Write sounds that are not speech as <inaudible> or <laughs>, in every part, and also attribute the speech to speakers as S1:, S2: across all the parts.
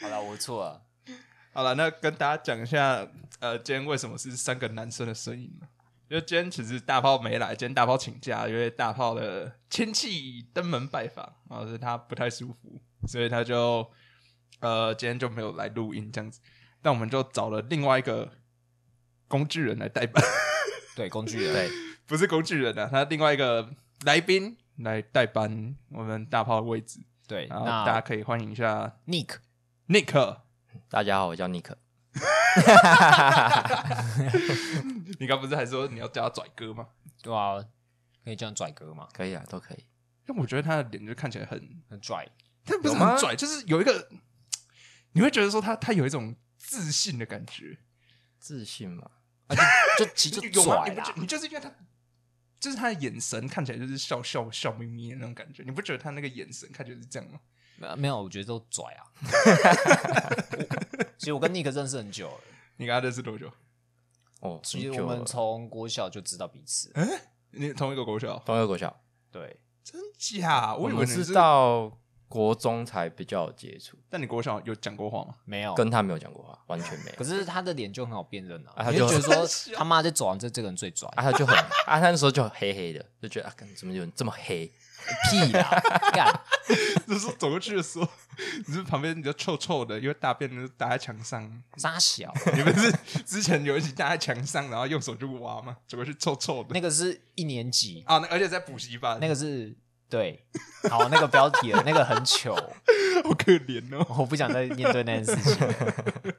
S1: 好了，我错了。
S2: 好了，那跟大家讲一下，呃，今天为什么是三个男生的声音呢？因为今天其实大炮没来，今天大炮请假，因为大炮的亲戚登门拜访，然后是他不太舒服，所以他就呃今天就没有来录音这样子。但我们就找了另外一个工具人来代班， <laughs>
S1: 对，工具人，对，
S2: 不是工具人啊，他另外一个来宾来代班我们大炮的位置。
S1: 对，
S2: 然后大家
S1: 那
S2: 可以欢迎一下
S1: Nick，
S2: Nick，
S3: 大家好，我叫尼克。
S2: 你刚不是还说你要叫他拽哥吗？
S1: <laughs> 对啊，可以这样拽哥嘛，
S3: 可以啊，都可以。
S2: 但我觉得他的脸就看起来很，
S1: 很拽，
S2: 他不是
S3: 有吗
S2: 很拽，就是有一个，你会觉得说他他有一种自信的感觉，
S3: 自信嘛，
S1: 啊就其实
S2: 你
S1: 就
S2: 有吗？
S1: 拽
S2: 你不觉
S1: 啦，
S2: 你就是因为他，就是他的眼神看起来就是笑笑笑眯眯的那种感觉，你不觉得他那个眼神看起来是这样吗？
S1: 没没有，我觉得都拽
S2: <laughs>
S1: 啊。我其实我跟 Nick 认识很久了，
S2: 你跟他认识多久？
S3: 哦，
S1: 其实
S3: 很久
S1: 我们
S3: 了
S1: 从国小就知道彼此，
S2: 嗯你同一个国小？
S3: 同一个国小，
S1: 对，
S2: 真假？我以为
S3: 们
S2: 你
S3: 是，到国中才比较有接触，
S2: 但你国小有讲过话吗？ <laughs>
S1: 没有。
S3: 跟他没有讲过话，完全没有
S1: 哦 <laughs> 可。是他的脸就很好辨认啊，
S3: 啊他
S1: 你就
S3: 就
S1: 觉得说他妈在走廊这这个人最拽，
S3: 啊，他就很啊，他那时候就很黑黑的，就觉得啊，干怎么有人这么黑？
S1: 屁啦，干，
S2: 就是走过去的时候， <laughs> 你是旁边你就臭臭的，因为大便就是打在墙上。 <laughs>
S1: 扎小，
S2: 你们是之前有一集搭在墙上，然后用手去挖吗？走过去臭臭的
S1: 那个是一年级，
S2: 啊！那而且在补习班，
S1: 那个是对，好，那个标题了，那个很糗，
S2: 好可怜哦。
S1: 我不想再面对那件事情。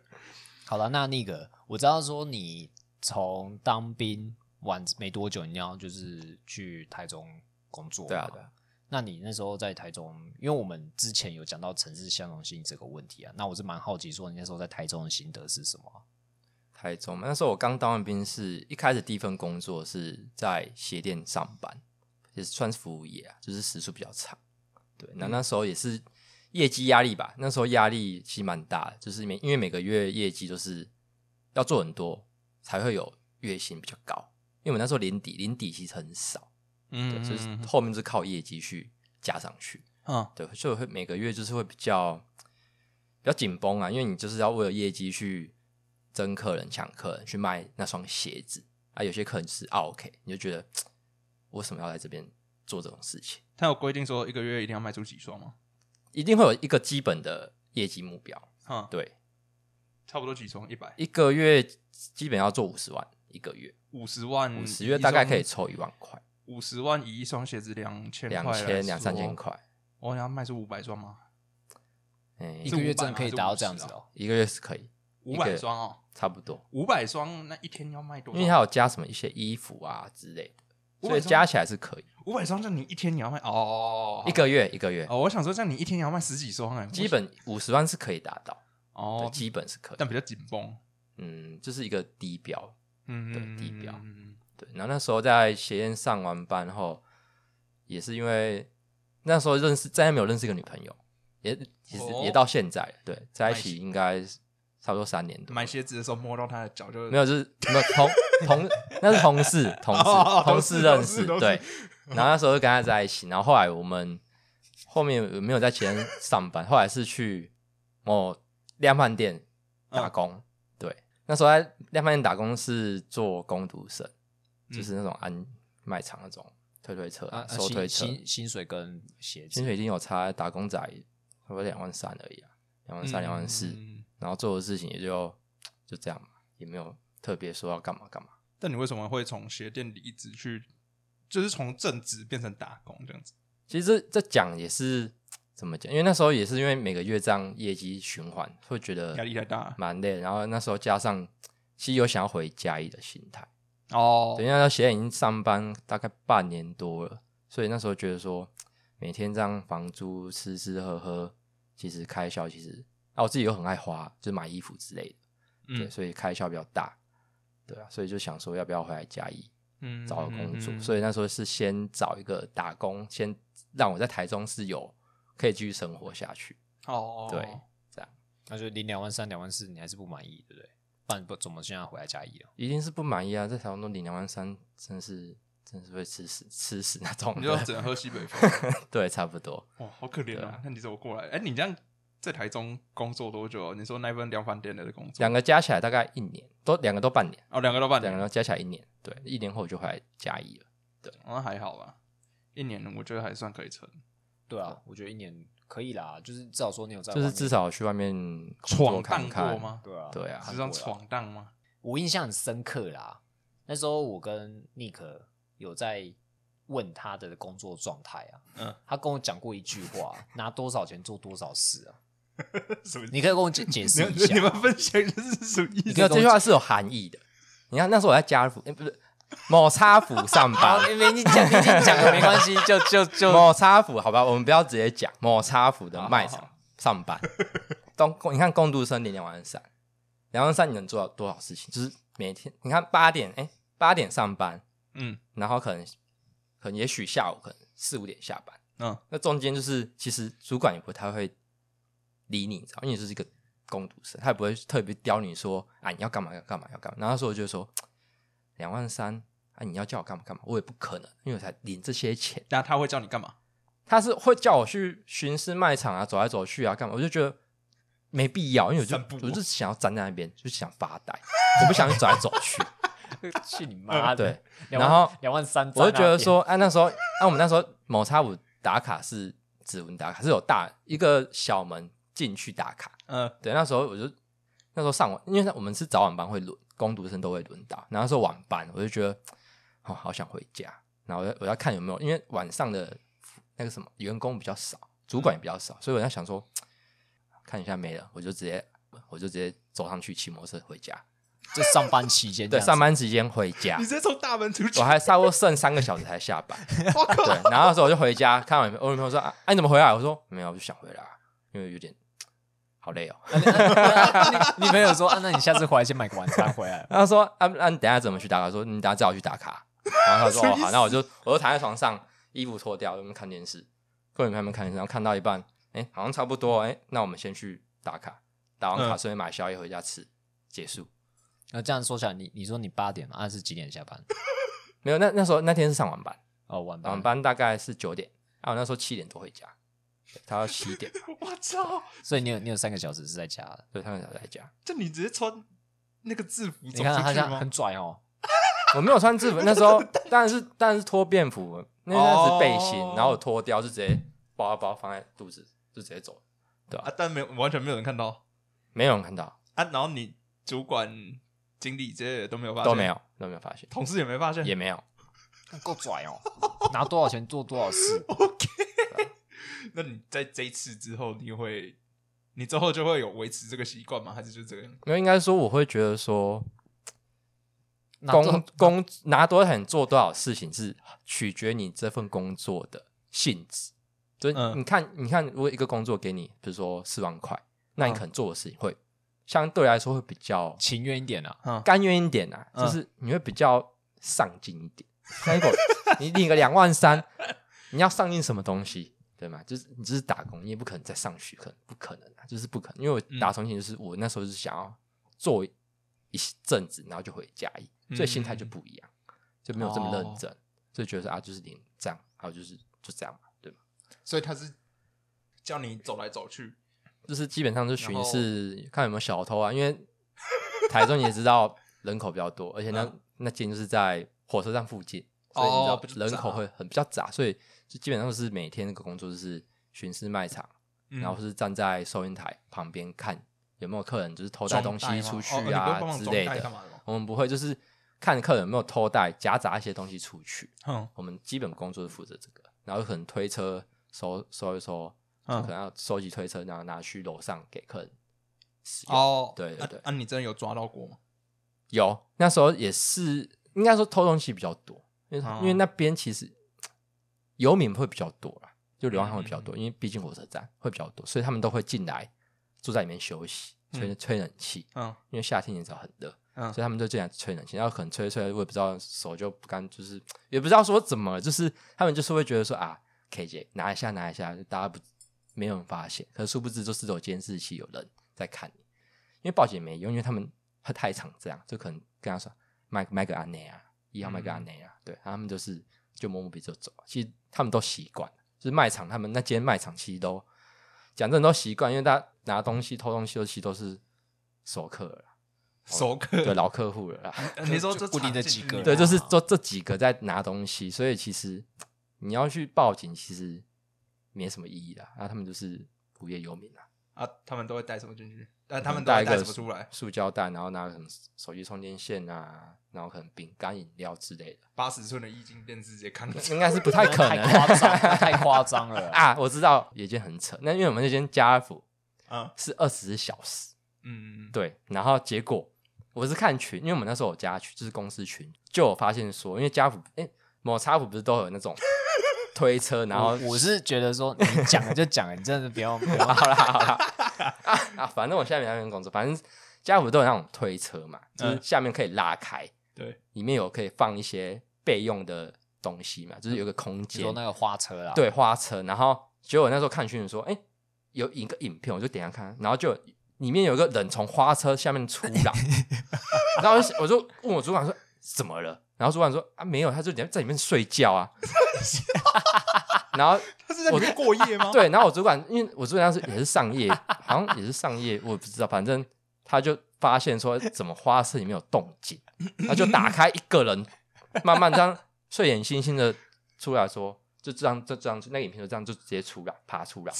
S1: 好了， <laughs> 那那个我知道说你从当兵完没多久，你要就是去台中工作，
S3: 对啊对啊。
S1: 那你那时候在台中，因为我们之前有讲到城市相容性这个问题啊，那我是蛮好奇说你那时候在台中的心得是什么啊？
S3: 台中嘛，那时候我刚当完兵是，一开始第一份工作是在鞋店上班，也算是服务业啊，就是时数比较长。对，
S2: 嗯
S3: 那那时候也是业绩压力吧，那时候压力其实蛮大的，就是每因为每个月业绩都是要做很多，才会有月薪比较高。因为我们那时候零底，零底其实很少，对，
S2: 嗯
S3: 就是后面就是靠业绩去加上去。
S2: 啊，
S3: 对，所以会每个月就是会比较比较紧绷啊，因为你就是要为了业绩去争客人、抢客人，去卖那双鞋子啊。有些客人就是啊 OK，你就觉得嘖为什么要来这边做这种事情？
S2: 他有规定说一个月一定要卖出几双吗？
S3: 一定会有一个基本的业绩目标，
S2: 啊，
S3: 嗯对，
S2: 差不多几双？一百
S3: 一个月基本要做五十万一个月，
S2: 五十万，
S3: 五十月大概可以抽一万块，
S2: 五十万以一双鞋子两千
S3: 两千两三千。块，
S2: 我哦想要卖出五百双吗？
S3: 哎
S1: 一，个月真的可以达到这样子
S2: 是五百
S1: 哦、
S3: 一个月是可以，
S2: 五百双哦，
S3: 差不多。
S2: 五百双那一天要卖多
S3: 因为
S2: 少？
S3: 它有加什么一些衣服啊之类的，所
S2: 500
S3: 以加起来是可以。
S2: 五百双，就你一天你要卖哦，
S3: 一个月一个月，
S2: 哦，我想说，这样你一天也要卖十几双哎，
S3: 基本五十万是可以达到，对，
S2: 哦，
S3: 基本是可以，
S2: 但比较紧绷，
S3: 嗯，就是一个低标，
S2: 嗯，
S3: 对地标
S2: 嗯嗯嗯
S3: 对。然后那时候在学院上完班后，也是因为那时候认识，在那边有认识一个女朋友，也其实
S2: 哦
S3: 也到现在了，对，在一
S2: 买
S3: 起
S2: 鞋
S3: 应该差不多三年
S2: 嗯
S3: 多，
S2: 买鞋子的时候摸到他的脚就
S3: 没有，就是没有同同那是同事同事
S2: 哦同
S3: 同
S2: 事
S3: 事认识，
S2: 同事
S3: 对。然后那时候就跟他在一起，然后后来我们后面没有在前上班，后来是去某量贩店
S2: 嗯
S3: 打工。对，那时候在量贩店打工是做工读生，就是那种按卖场那种推推车、
S1: 啊，啊
S3: 收推
S1: 薪
S3: 车，
S1: 薪薪水跟鞋
S3: 薪
S1: 子，
S3: 水已经有差，打工仔差不多两万三而已啊，两万三、两万四，
S2: 嗯
S3: 然后做的事情也就就这样嘛，也没有特别说要干嘛干嘛。
S2: 但你为什么会从鞋店离职去，就是从正职变成打工这样子？
S3: 其实这这讲也是怎么讲，因为那时候也是因为每个月这样业绩循环，会觉得
S2: 压力太大
S3: 蛮累。然后那时候加上其实有想要回嘉义的心态，
S2: 哦
S3: 等一下那现在已经上班大概半年多了，所以那时候觉得说每天这样房租吃吃喝喝，其实开销其实啊我自己又很爱花，就是买衣服之类的，对，
S2: 嗯
S3: 所以开销比较大，对啊，所以就想说要不要回来嘉义
S2: 嗯
S3: 找个工作，
S2: 以
S3: 所以那时候是先找一个打工，先让我在台中是有可以继续生活下去。
S2: 哦，
S3: 对，
S1: 那就零两万三、两万四，你还是不满意，对不对？不然不怎么现在回来加一了？
S3: 一定是不满意啊，在台中都领两万三，真是真是会吃死吃死那种
S2: 你就
S3: 的。
S2: 只能喝西北风，
S3: 对，差不多。
S2: 哇，好可怜
S3: 对
S2: 啊
S3: 啊！
S2: 那你怎么过来？哎，你这样在台中工作多久啊？你说那份量贩店的工作，
S3: 两个加起来大概一年，都两个都半年，
S2: 哦，两个都半
S3: 两
S2: 年
S3: 个，都加起来一年，对，一年后我就回来加一了。
S2: 哦那还好吧，一年我觉得还算可以撑。
S1: 对啊，我觉得一年可以啦，就是至少说你有在，
S3: 就是至
S1: 少
S3: 少去外面工
S2: 闯
S3: 作
S2: 荡
S3: 看
S2: 过
S3: 看？
S2: 吗？
S1: 对啊，
S3: 对啊
S2: 是
S1: 韩国
S2: 算
S1: 啦
S2: 闯荡吗？
S1: 我印象很深刻啦。那时候我跟 Nick 有在问他的工作状态啊，
S2: 嗯，
S1: 他跟我讲过一句话：拿多少钱做多少事啊。
S2: 什么意思？
S1: 你可以跟我解解释一
S2: 你们
S1: 下，
S2: 分享这是什么意
S3: 你
S2: 思？
S3: 知道这句话是有含义的。你看那时候我在家福，哎、不是某差府
S2: <laughs>
S3: 上班，
S1: 没你讲，你讲了没关系，就就就
S3: 某差府，好吧，我们不要直接讲某差府的卖
S2: 好好
S3: 场上班。 <laughs> 东你看共度生零两万三，两万三你能做到多少事情？就是每天你看八点，哎、八点上班，
S2: 嗯
S3: 然后可能可能也许下午可能四五点下班，
S2: 嗯，
S3: 那中间就是其实主管也不太会理你，你知道，因为你就是一个工读生，他也不会特别刁你说啊你要干嘛要干嘛要干嘛。然后那时候我就说两万三啊你要叫我干嘛干嘛，我也不可能，因为我才领这些钱。
S2: 那他会叫你干嘛？
S3: 他是会叫我去巡视卖场啊，走来走去啊，干嘛？我就觉得没必要，因为我就
S2: 散步
S3: 我就是想要站在那边，就是想发呆，我不想去走来走
S2: <laughs>
S3: 去。
S1: 去你妈的！
S3: 对，
S1: 两万
S3: 然后
S1: 两万三，
S3: 我就觉得，说，哎、那时候，哎、我们那时候某叉五打卡是指纹打卡，是有大一个小门进去打卡。
S2: 嗯
S3: 对，那时候我就那时候上晚，因为我们是早晚班会轮，工读生都会轮到。然后那时候晚班，我就觉得哦，好想回家。然后我要我要看有没有，因为晚上的那个什么员工比较少，主管也比较少，所以我在想说，看一下没了，我就直接我就直接走上去骑摩托车回家。
S1: 就上班期间，
S3: 对，上，班时间回家
S2: 你，直接从大门出去
S3: 我，还差不多剩三个小时才下班。
S2: 我
S3: <laughs>
S2: 靠！
S3: 对，然后那时候我就回家，看完我女朋友说：“啊，啊你怎么回来？”我说：“没有，我就想回来啊，因为有点好累哦。
S1: 你没有说，啊那你下次回来先买个晚餐回来”。
S3: 然后她说：“啊，那、你等一下怎么去打卡？”我说：“你等一下最好去打卡。”然
S2: <laughs>
S3: 后她说：“哦，好，那我就我就躺在床上，衣服脱掉，我们看电视，跟我女朋友看电视，然后看到一半，哎，好像差不多，哎，那我们先去打卡，打完卡
S2: 嗯
S3: 顺便买宵夜回家吃，结束。
S1: 那这样说起来，你你说你八点嘛，啊是几点下班？
S3: 没有，那那时候那天是上晚班，
S1: 哦，晚班。
S3: 晚班大概是九点，啊，我那时候七点多回家，对他要七
S2: <laughs>
S3: 点，
S2: 我操！
S1: 所以你有你有三个小时是在家的。
S3: 所以他们才在家。
S2: 这你直接穿那个制服
S1: 你
S2: 走
S1: 看他
S2: 出去
S1: 像
S2: 吗
S1: 很？拽
S3: <laughs>
S1: 哦，
S3: 我没有穿制服，那时候当然是当然是脱便服，那那是背心
S2: 哦，
S3: 然后我脱掉就直接包包放在肚子，就直接走，
S2: 啊，但没有完全没有人看到
S3: 没有人看到，
S2: 啊。然后你主管、经理这些都没有发现，
S3: 都没，有都没有发现，
S2: 同事也没发现，
S3: 也没有。
S1: 够拽哦， <laughs> 拿多少钱做多少
S3: <laughs>
S1: 事。
S2: OK。那你在这一次之后，你会，你之后就会有维持这个习惯吗？还是就这个样？
S3: 因为应该说，我会觉得说，
S1: 拿多
S3: 工工拿多少钱做多少事情是取决你这份工作的性质。就是
S2: 嗯
S3: 你看，你看，如果一个工作给你，比如说四万块，那
S2: 嗯
S3: 你可能做的事情会相对来说会比较
S1: <laughs> 情愿一点啊，
S3: 甘愿一点啊，
S2: 嗯
S3: 就是你会比较上进一点。那如果 <laughs> 你领个两万三，你要上进什么东西？对吗？就是你只是打工，你也不可能再上学，可能不可能啊，就是不可能。因为我打从前就是我那时候就是想要做一阵子，然后就回家，所以心态就不一样，就没有这么认真，所以觉得说啊，就是领这样，还有就是就这样嘛，对吗？
S2: 所以他是叫你走来走去，
S3: 就是基本上就
S2: 然
S3: 巡
S2: 后
S3: 视看有没有小偷啊，因为台中你也知道人口比较多，而且那、那间就是在火车站附近，所以你知
S2: 嗯哦
S3: 道
S2: 比较
S3: 人
S2: 杂
S3: 口会很比较杂，所以就基本上是每天那个工作就是巡视卖场，
S2: 嗯
S3: 然后是站在收银台旁边看有没有客人就是偷带东
S2: 装
S3: 西
S2: 袋吗
S3: 出去
S2: 哦你不会
S3: 啊、
S2: 帮忙
S3: 之
S2: 装
S3: 类
S2: 袋干嘛
S3: 的
S2: 的吗。
S3: 我们不会，就是看客人有没有偷带夹杂一些东西出去。
S2: 嗯，
S3: 我们基本工作是负责这个，然后可能推车收收一收，
S2: 嗯
S3: 就可能要收集推车，然后拿去楼上给客人使用。
S2: 哦，
S3: 对对
S2: 啊
S3: 对
S2: 啊，你真的有抓到过吗？
S3: 有那时候也是，应该说偷东西比较多，因为、
S2: 哦
S3: 因为那边其实游民会比较多啦，就流浪汉会比
S2: 嗯
S3: 较多，因为毕竟火车站会比较多，所以他们都会进来住在里面休息，吹、吹冷气，
S2: 嗯
S3: 因为夏天也知道很热，
S2: 嗯
S3: 所以他们就进来吹冷气，然后可能吹一吹，我也不知道手就不干，就是也不知道说怎么了，就是他们就是会觉得说啊，KJ 拿一下拿一下，大家不没有人发现，可是殊不知就是有监视器，有人在看你，因为报警也没用，因为他们他太常这样，就可能跟他说卖卖个安内啊，一号卖个安内啊，对，他们就是就摸摸鼻子就走，其实他们都习惯了，就是卖场他们那间卖场其实都讲真的都习惯，因为大家拿东西偷东西，其实都是熟客了啦，
S1: <laughs>
S2: 熟客
S3: 对，老客户了啦。
S2: 呃 <laughs> 你说这
S1: 固定的
S2: 场景
S1: 几个
S2: 里
S3: 对，
S2: 面
S3: 就是说这几个在拿东西，所以其实你要去报警，其实没什么意义啦。然后他们就是无业游民啦，
S2: 啊，他们都会带什么进去？但他们都
S3: 带
S2: 会
S3: 一
S2: 带
S3: 个
S2: 什么出来？
S3: 塑胶袋，然后拿个什么手机充电线啊，然后可能饼干、饮料之类的，
S2: 八十寸的液晶电视直接看
S3: 应该是不太可能。
S1: <laughs> 太夸张，那太夸张了啊！
S3: <laughs> 啊！我知道有一间很扯，那因为我们那间家乐福
S2: 啊，
S3: 是二十四小时，
S2: 嗯，嗯，
S3: 对，然后结果我是看群，因为我们那时候有加群，就是公司群，就有发现说，因为家福哎、某茶福不是都有那种推车，然后
S1: 我我是觉得说，你讲了就讲了，你真的不要不要
S3: 好啦好啦，啊啊，反正我下面那边工作，反正家福都有那种推车嘛，就是
S2: 嗯
S3: 下面可以拉开，
S2: 对，
S3: 里面有可以放一些备用的东西嘛，就是有一个空
S1: 你
S3: 间
S1: 说，那个花车啦，，
S3: 对花车，然后结果我那时候看群主说，哎、有一个影片，我就点开看，然后就里面有一个人从花车下面出
S1: <laughs>
S3: 来，然后我就我就问我主管说怎么了，然后主管说啊没有，他就在里面睡
S1: <laughs>
S3: 觉啊，然后
S2: 他是在里面过夜 <laughs> 吗？
S3: 对，然后我主管因为我主管当时也是上夜，好像也是上夜，我也不知道，反正他就发现说怎么花车里面有动静，他就打开一个人，慢慢这样睡眼惺忪的出来说，就这样就这样，那个影片就这样就直接出来爬出来，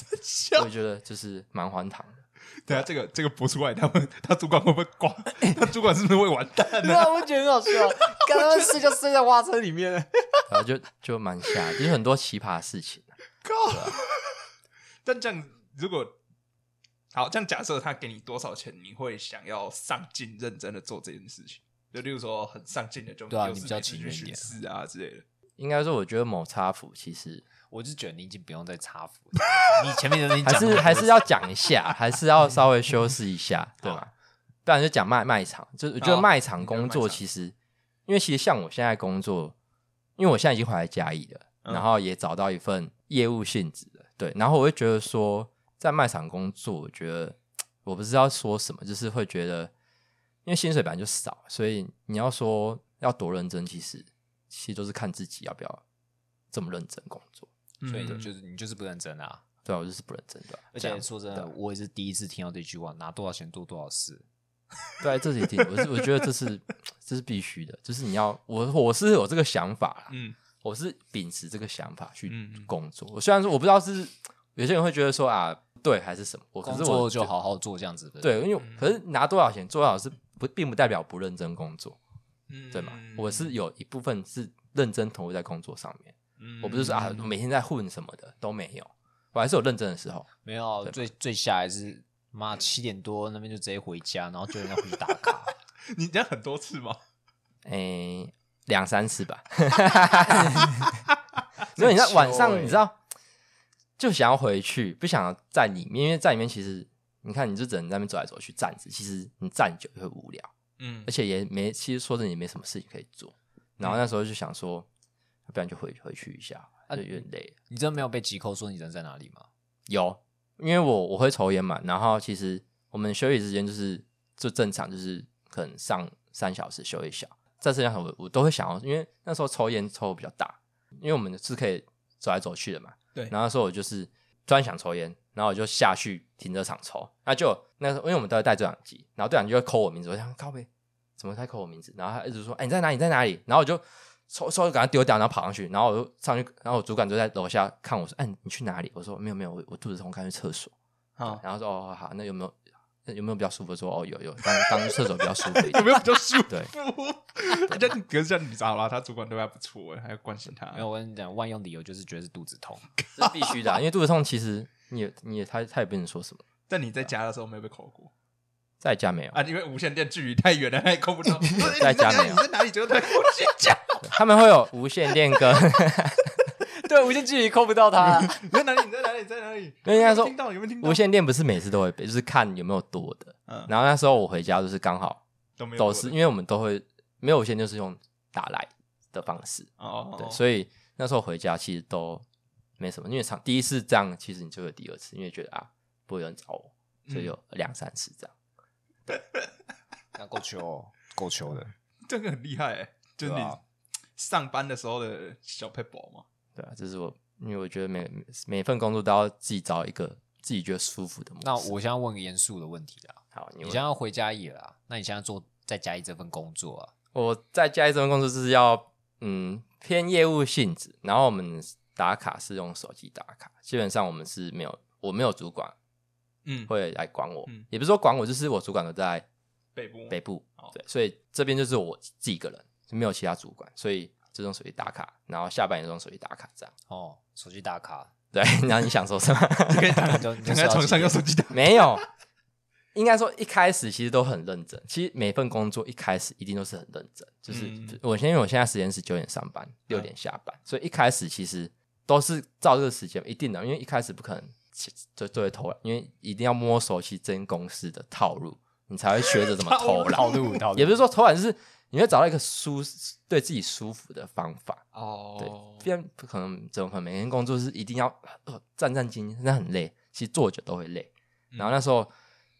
S3: 我就觉得就是蛮荒唐的。
S2: 对啊，这个这个播出来，他们他主管会不会挂？他主管是不是会完蛋呢？
S1: 啊那我觉得很好笑，
S3: <laughs>
S1: 刚刚睡觉睡在花车里面了。
S3: 然后就就蛮吓的，就是很多奇葩的事情。啊
S2: 靠！但这样如果好，这样假设他给你多少钱，你会想要上进、认真的做这件事情？就例如说很上进的，就
S1: 对啊
S2: 有
S1: 你
S2: 事
S1: 比较
S2: 没事
S1: 勤
S2: 去
S1: 奋一
S2: 巡
S1: 点
S2: 视啊之类的。
S3: 应该说，我觉得某差服其实
S1: 我就觉得你已经不用再插服了，你前面的你
S3: 还
S1: 讲那么
S3: 是
S1: 多
S3: 还是要讲一下， <laughs> 还是要稍微修饰一
S2: 嗯
S3: 下，对吧？不然就讲卖卖场，就是我觉得
S2: 好
S3: 卖
S2: 哦你
S3: 场
S2: 觉得
S3: 工
S2: 卖
S3: 作
S2: 场
S3: 其实，因为其实像我现在工作，因为我现在已经回来嘉义了，
S2: 嗯
S3: 然后也找到一份业务性质的，对，然后我会觉得说，在卖场工作，我觉得我不知道说什么，就是会觉得，因为薪水本来就少，所以你要说要多认真，其实其实都是看自己要不要这么认真工作，
S1: 所以
S2: 嗯
S1: 就是你就是不认真啊。
S3: 对、啊、我就是不认真的、对啊
S1: 而
S3: 这样
S1: 且说真的，我也是第一次听到这句话，拿多少钱做多少事。
S3: 对，啊这是一定，我是我觉得这是这是必须的，就是你要我我是有这个想法啦，
S2: 嗯，
S3: 我是秉持这个想法去
S2: 嗯嗯
S3: 工作。我虽然说我不知道是有些人会觉得说啊对还是什么，我可
S1: 工
S3: 是
S1: 作
S3: 我
S1: 就好好做这样子的。，
S3: 对，
S2: 嗯
S3: 因为可是拿多少钱做多少是不并不代表不认真工作，
S2: 嗯
S3: 对吗？我是有一部分是认真投入在工作上面，
S2: 嗯
S3: 我不是说啊每天在混什么的都没有，我还是有认真的时候。
S1: 没有啊最最下还是妈七点多那边就直接回家，然后就人家回去打卡。
S2: 你这样很多次吗？
S3: 诶、两三
S1: <laughs>
S3: 次吧。 <laughs> 没有，你知道
S1: 很
S3: 晚
S1: 糗欸
S3: 上，你知道就想要回去，不想要在里面，因为在里面其实你看，你就只能在那边走来走去站着，其实你站久就会无聊，
S2: 嗯
S3: 而且也没，其实说真的也没什么事情可以做。然后那时候就想说，要不然就回回去一下，就有点累了。
S1: 你真的没有被急扣说你人在哪里吗？
S3: 有，因为我我会抽烟嘛，然后其实我们休息时间就是就正常，就是可能上三小时休息一小，在这两小时我我都会想要，因为那时候抽烟抽的比较大，因为我们是可以走来走去的嘛，
S2: 对
S3: 然后那时候我就是突然想抽烟，然后我就下去停车场抽，那就那时候因为我们都会带对讲机，然后对讲机就会扣我名字，我想靠呗，怎么在扣我名字？然后他一直说，哎、你在哪里？你在哪里？然后我就抽抽，赶快丢掉，然后跑上去，然后我就上去，然后我主管就在楼下看我说，哎、你去哪里？我说没有没有，我我肚子痛，刚去厕所。 <laughs>
S2: 好，
S3: 然后说哦好，那有没有那有没有比较舒服？说哦有有，刚刚去厕所比较舒服一
S2: 有
S3: 点。
S2: 没有比较舒服？
S3: 对
S2: <laughs> 人家可是这样你知道啦，他主管对他不错欸，还要关心他。
S1: 没有，我跟你讲，万用理由就是觉得是肚子痛。
S3: 这是必须的啊、因为肚子痛，其实你也你也他他也不能说什么，
S2: 但你在家的时候没有被扣过
S3: 在家没有，
S1: 哎
S2: 啊？因为无线电距离太远了，他也扣不到。
S3: <laughs> 在家
S2: 哎
S3: 没有
S2: 你在哪里？你在哪里？就在我去家。
S3: 他们会有无线电跟，
S1: <laughs> 对，无限距离扣不到他。
S2: 你在哪里？你在哪里？你在哪
S3: <laughs>
S2: 里？
S3: 因为应该
S2: 有没有
S3: 说
S2: 听到有没有听到？
S3: <laughs> 无线电不是每次都会背，就是看有没有多的。
S2: 嗯
S3: 然后那时候我回家就是刚好
S2: 都没有
S3: 都
S2: 过的，
S3: 是因为我们都会没有无线电就是用打来的方式，
S2: 哦，
S3: 对，
S2: 以
S3: 所以那时候回家其实都没什么，因为常第一次这样，其实你就有第二次，因为觉得啊不会有人找我，
S2: 嗯
S3: 所以有两三次这样。
S1: <laughs> 那够球、哦，够球的。
S2: 这个很厉害欸，就是你
S1: 对啊
S2: 上班的时候的小 paper 嘛。
S3: 对啊，这是我，因为我觉得每每份工作都要自己找一个自己觉得舒服的模式。
S1: 那我现在问个严肃的问题啦，
S3: 好，你
S1: 你
S3: 问
S1: 现在要回嘉义了啦，那你现在做在嘉义这份工作啊，
S3: 我在嘉义这份工作就是要嗯偏业务性质，然后我们打卡是用手机打卡，基本上我们是没有我没有主管
S2: 嗯，
S3: 会来管我，
S2: 嗯
S3: 也不是说管我，就是我主管都在
S2: 北部
S3: 北部
S2: 哦，
S3: 对，所以这边就是我自己一个人，就没有其他主管，所以就用手机打卡，然后下班也用手机打卡这样。
S1: 哦，手机打卡，
S3: 对， <laughs> 然后你想说什
S2: <laughs>
S3: 么？
S2: 可以
S3: <laughs>
S1: 你就你就是
S2: 躺在
S1: 要
S2: 床上
S1: 几
S2: 用手机打，
S1: <laughs>
S3: 没有，应该说一开始其实都很认真。其实每份工作一开始一定都是很认真，就是、
S2: 嗯
S3: 我先因为我现在时间是九点上班，
S1: 嗯
S3: 六点下班，所以一开始其实都是照这个时间一定的，因为一开始不可能就就会偷懒，因为一定要摸熟悉这间公司的套路，你才会学着怎么偷懒。
S1: <laughs> 套路套路，
S3: <laughs>
S1: <laughs>
S3: 也不是说偷懒，就是你会找到一个舒对自己舒服的方法。
S2: 哦
S3: 对，，然不可能，怎么可能每天工作是一定要、呃、战战兢兢，那很累。其实做久都会累。然后那时候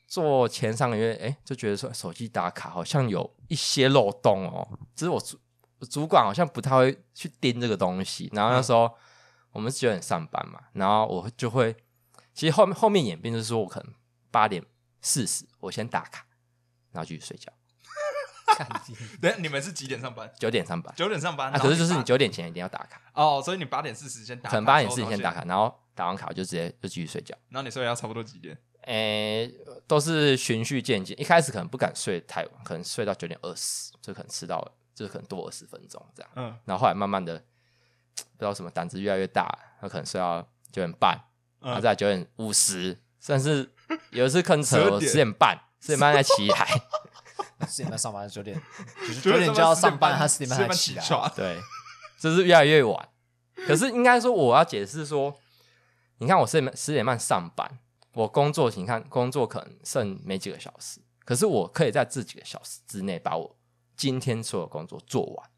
S3: 做前三个月，哎、就觉得说手机打卡好像有一些漏洞哦，只是我主我主管好像不太会去盯这个东西。然后那时候、我们是九点上班嘛，然后我就会，其实后面后面演变就是说我可能八点四十我先打卡，然后继续睡觉，
S2: 等一下你们是几点上班？
S3: 九点上班。
S2: 九点上班，
S3: 啊，可是就是你
S2: 九
S3: 九点前一定要打卡，
S2: 哦，所以你八点四十先打卡，
S3: 可能八点四十
S2: 然后
S3: 先打卡，然后打完卡我就直接就继续睡觉。
S2: 然后你睡要差不多几点？
S3: 诶、呃都是循序渐进，一开始可能不敢睡太晚，可能睡到九点二十，就可能迟到，就是可能多二十分钟这样。
S2: 嗯
S3: 然后后来慢慢的，不知道什么胆子越来越大，然后可能睡到九点半，然后
S2: 嗯，
S3: 再九点五十，甚至有一次坑扯我
S2: 12点
S3: 十点半，十点半才起来。
S1: 四点半上班，九点就是九
S2: 九点
S1: 点
S2: 就
S1: 就
S2: 要
S1: 要上
S2: 上班
S1: 班，他
S2: 十
S1: 四
S2: 点
S1: 点
S2: 半
S1: 半
S2: 才
S1: 才
S2: 起
S1: 起
S2: 来
S1: 来。啊
S3: 对，就是越来越晚。可是应该说，我要解释说，你看我十点半十点半上班，我工作，你看工作可能剩没几个小时，可是我可以在这几个小时之内把我今天所有工作做完。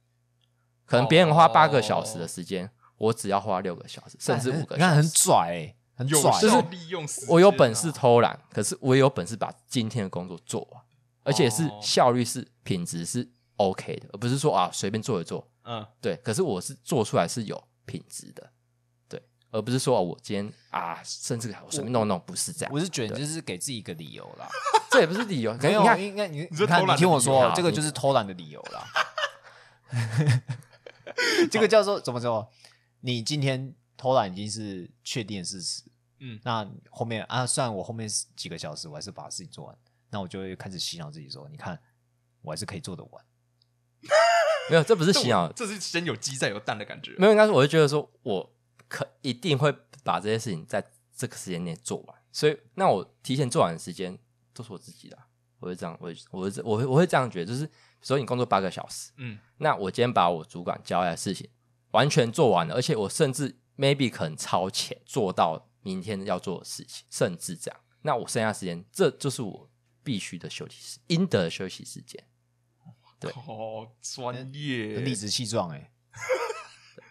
S3: 可能别人花八个小时的时间，我只要花六个小时，甚至五
S2: 哎
S3: 个
S1: 你看
S3: 小
S1: 很
S3: 时。
S1: 拽、欸，很
S2: 有
S1: 拽、
S2: 效利用时间啊
S3: 我有本事偷懒，可是我也有本事把今天的工作做完，而且是
S2: 哦
S3: 效率是品质是 OK 的，而不是说啊随便做一做，
S2: 嗯，
S3: 对，可是我是做出来是有品质的，对，而不是说、哦、我今天啊，甚至我随便弄弄，不是这样
S1: 我，是觉得你就是给自己一个理由
S3: <laughs>
S1: 啦，
S3: 这也不是理由。可
S1: 没
S3: 是
S1: 有
S3: 你，看，
S1: 应该你
S2: 你
S1: 你
S2: 是偷
S1: 看
S2: 懒的
S1: 你听我
S3: 理
S1: 说哦
S3: 由，
S1: 这个就是偷懒的理由
S3: <laughs>
S1: 啦。这个叫做怎么说？你今天偷懒已经是确定的事实，
S2: 嗯
S1: 那后面啊，虽然我后面几个小时我还是把事情做完，那我就会开始洗脑自己说，你看我还是可以做得完。
S3: 没有，这不是洗脑，
S2: 这是先有鸡再有蛋的感觉。
S3: 没有，应该是我就觉得说，我可一定会把这些事情在这个时间内做完，所以那我提前做完的时间都是我自己的啊、我会这样，我会我会我会我会这样觉得，就是比如说你工作八个小时，
S2: 嗯，
S3: 那我今天把我主管交代的事情完全做完了，而且我甚至 maybe 可能超前做到明天要做的事情，甚至这样。那我剩下的时间，这就是我必须的休息时，应得的休息时间。对
S2: 哦，
S3: 嗯
S2: 专业
S1: 很理直气壮哎、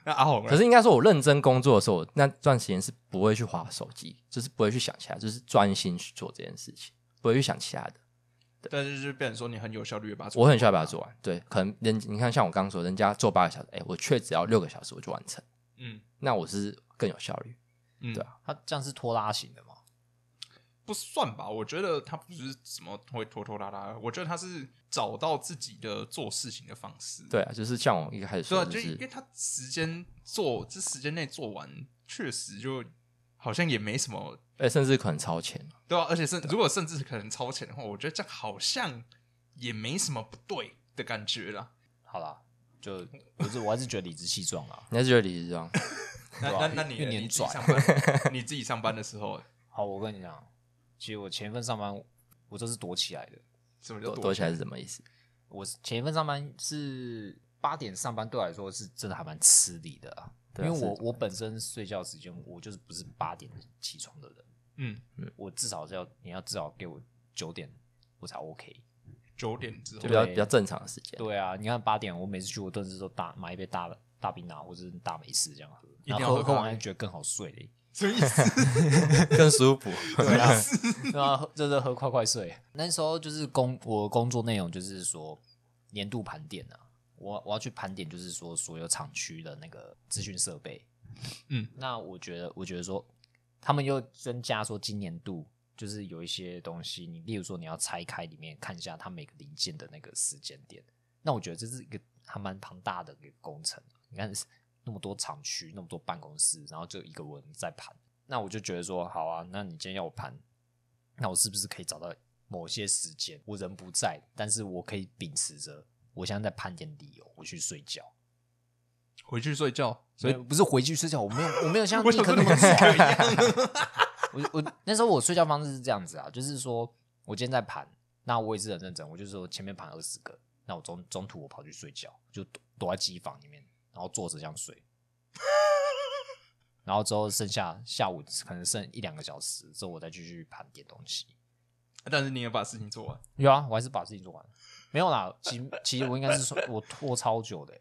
S2: 那阿红呢，
S3: 可是应该说，我认真工作的时候，我那段时间是不会去划手机，就是不会去想其他，就是专心去做这件事情，不会去想其他的。
S2: 但是就变成说你很有效率的把它做
S3: 我很需要把它做完。对，啊可能人你看，像我刚刚说，人家做八个小时，哎、我却只要六个小时我就完成，
S2: 嗯
S3: 那我是更有效率。
S2: 嗯，
S3: 对啊
S1: 他这样是拖拉型的嘛？
S2: 不算吧？我觉得他不是什么会拖拖拉拉，我觉得他是找到自己的做事情的方式。
S3: 对啊，就是像我一开始
S2: 对
S3: 说
S2: 啊，
S3: 的，
S2: 就
S3: 就是
S2: 因为他时间做，这时间内做完，确实就好像也没什么，
S3: 哎、甚至可能超前了。
S2: 对啊，而且甚如果甚至可能超前的话，我觉得这样好像也没什么不对的感觉啦。
S1: 好啦，就我是我还是觉得理直气壮啊啦。
S3: 你还是觉得理智上
S2: 那
S1: 对啊
S2: 那那你
S1: 因为
S2: 你
S1: 你
S2: 自己
S1: 拽
S2: 上班， <laughs> 你自己上班的时候，
S1: 好，我跟你讲，其实我前一份上班我都是躲起来的。
S2: 什么叫
S3: 躲
S2: 躲
S3: 躲起来是什么意思？
S1: 我是前一份上班是八点上班，对我来说是真的还蛮吃力的啊。
S3: 对啊
S1: 因为我
S3: 是
S1: 我本身睡觉时间我就是不是八点起床的人，
S2: 嗯，
S1: 我至少是要你要至少给我九点我才 OK。
S2: 九点之后
S3: 就比较
S1: 对
S3: 比较正常的时间。
S1: 对啊，你看八点我每次去我顿时都大买一杯大大冰拿或者是大美式这样喝，
S2: 一定要
S1: 然后
S2: 喝
S1: 喝喝
S2: 咖
S1: 完
S2: 啡
S1: 就觉得更好睡嘞。
S2: 什么
S1: <laughs>
S2: 意思？
S3: 更舒服。
S1: 对
S3: <laughs>
S1: 啊， <laughs> 对啊，就是喝快快睡。那时候就是工我工作内容就是说年度盘点啊，我我要去盘点，就是说所有厂区的那个资讯设备。
S2: 嗯，
S1: 那我觉得我觉得说他们又增加说今年度就是有一些东西，你例如说你要拆开里面看一下它每个零件的那个时间点，那我觉得这是一个还蛮庞大的一个工程。啊你看那么多厂区，那么多办公室，然后就一个人在盘，那我就觉得说，好啊，那你今天要我盘，那我是不是可以找到某些时间，我人不在，但是我可以秉持着我现在在盘点理由，我去睡觉。
S2: 回去睡觉，所
S1: 所以
S2: 以
S1: 不是回去睡觉，我没有我没有像
S2: <laughs> 我
S1: 尼
S2: 想
S1: 克那
S2: 说你
S1: 么
S2: 跟
S1: 自
S2: 我
S1: 由
S2: 一样，
S1: <laughs> 我我那时候我睡觉方式是这样子啊，就是说我今天在盘，那我也是很认真，我就说前面盘二十个，那我中中途我跑去睡觉，就躲躲在机房里面，然后坐着这样睡，然后之后剩下下午可能剩一两个小时之后，我再继续盘点东西。
S2: <laughs> 但是你也把事情做完。
S1: 有啊，我还是把事情做完了。没有啦，其其实我应该是说，我拖超久的、欸。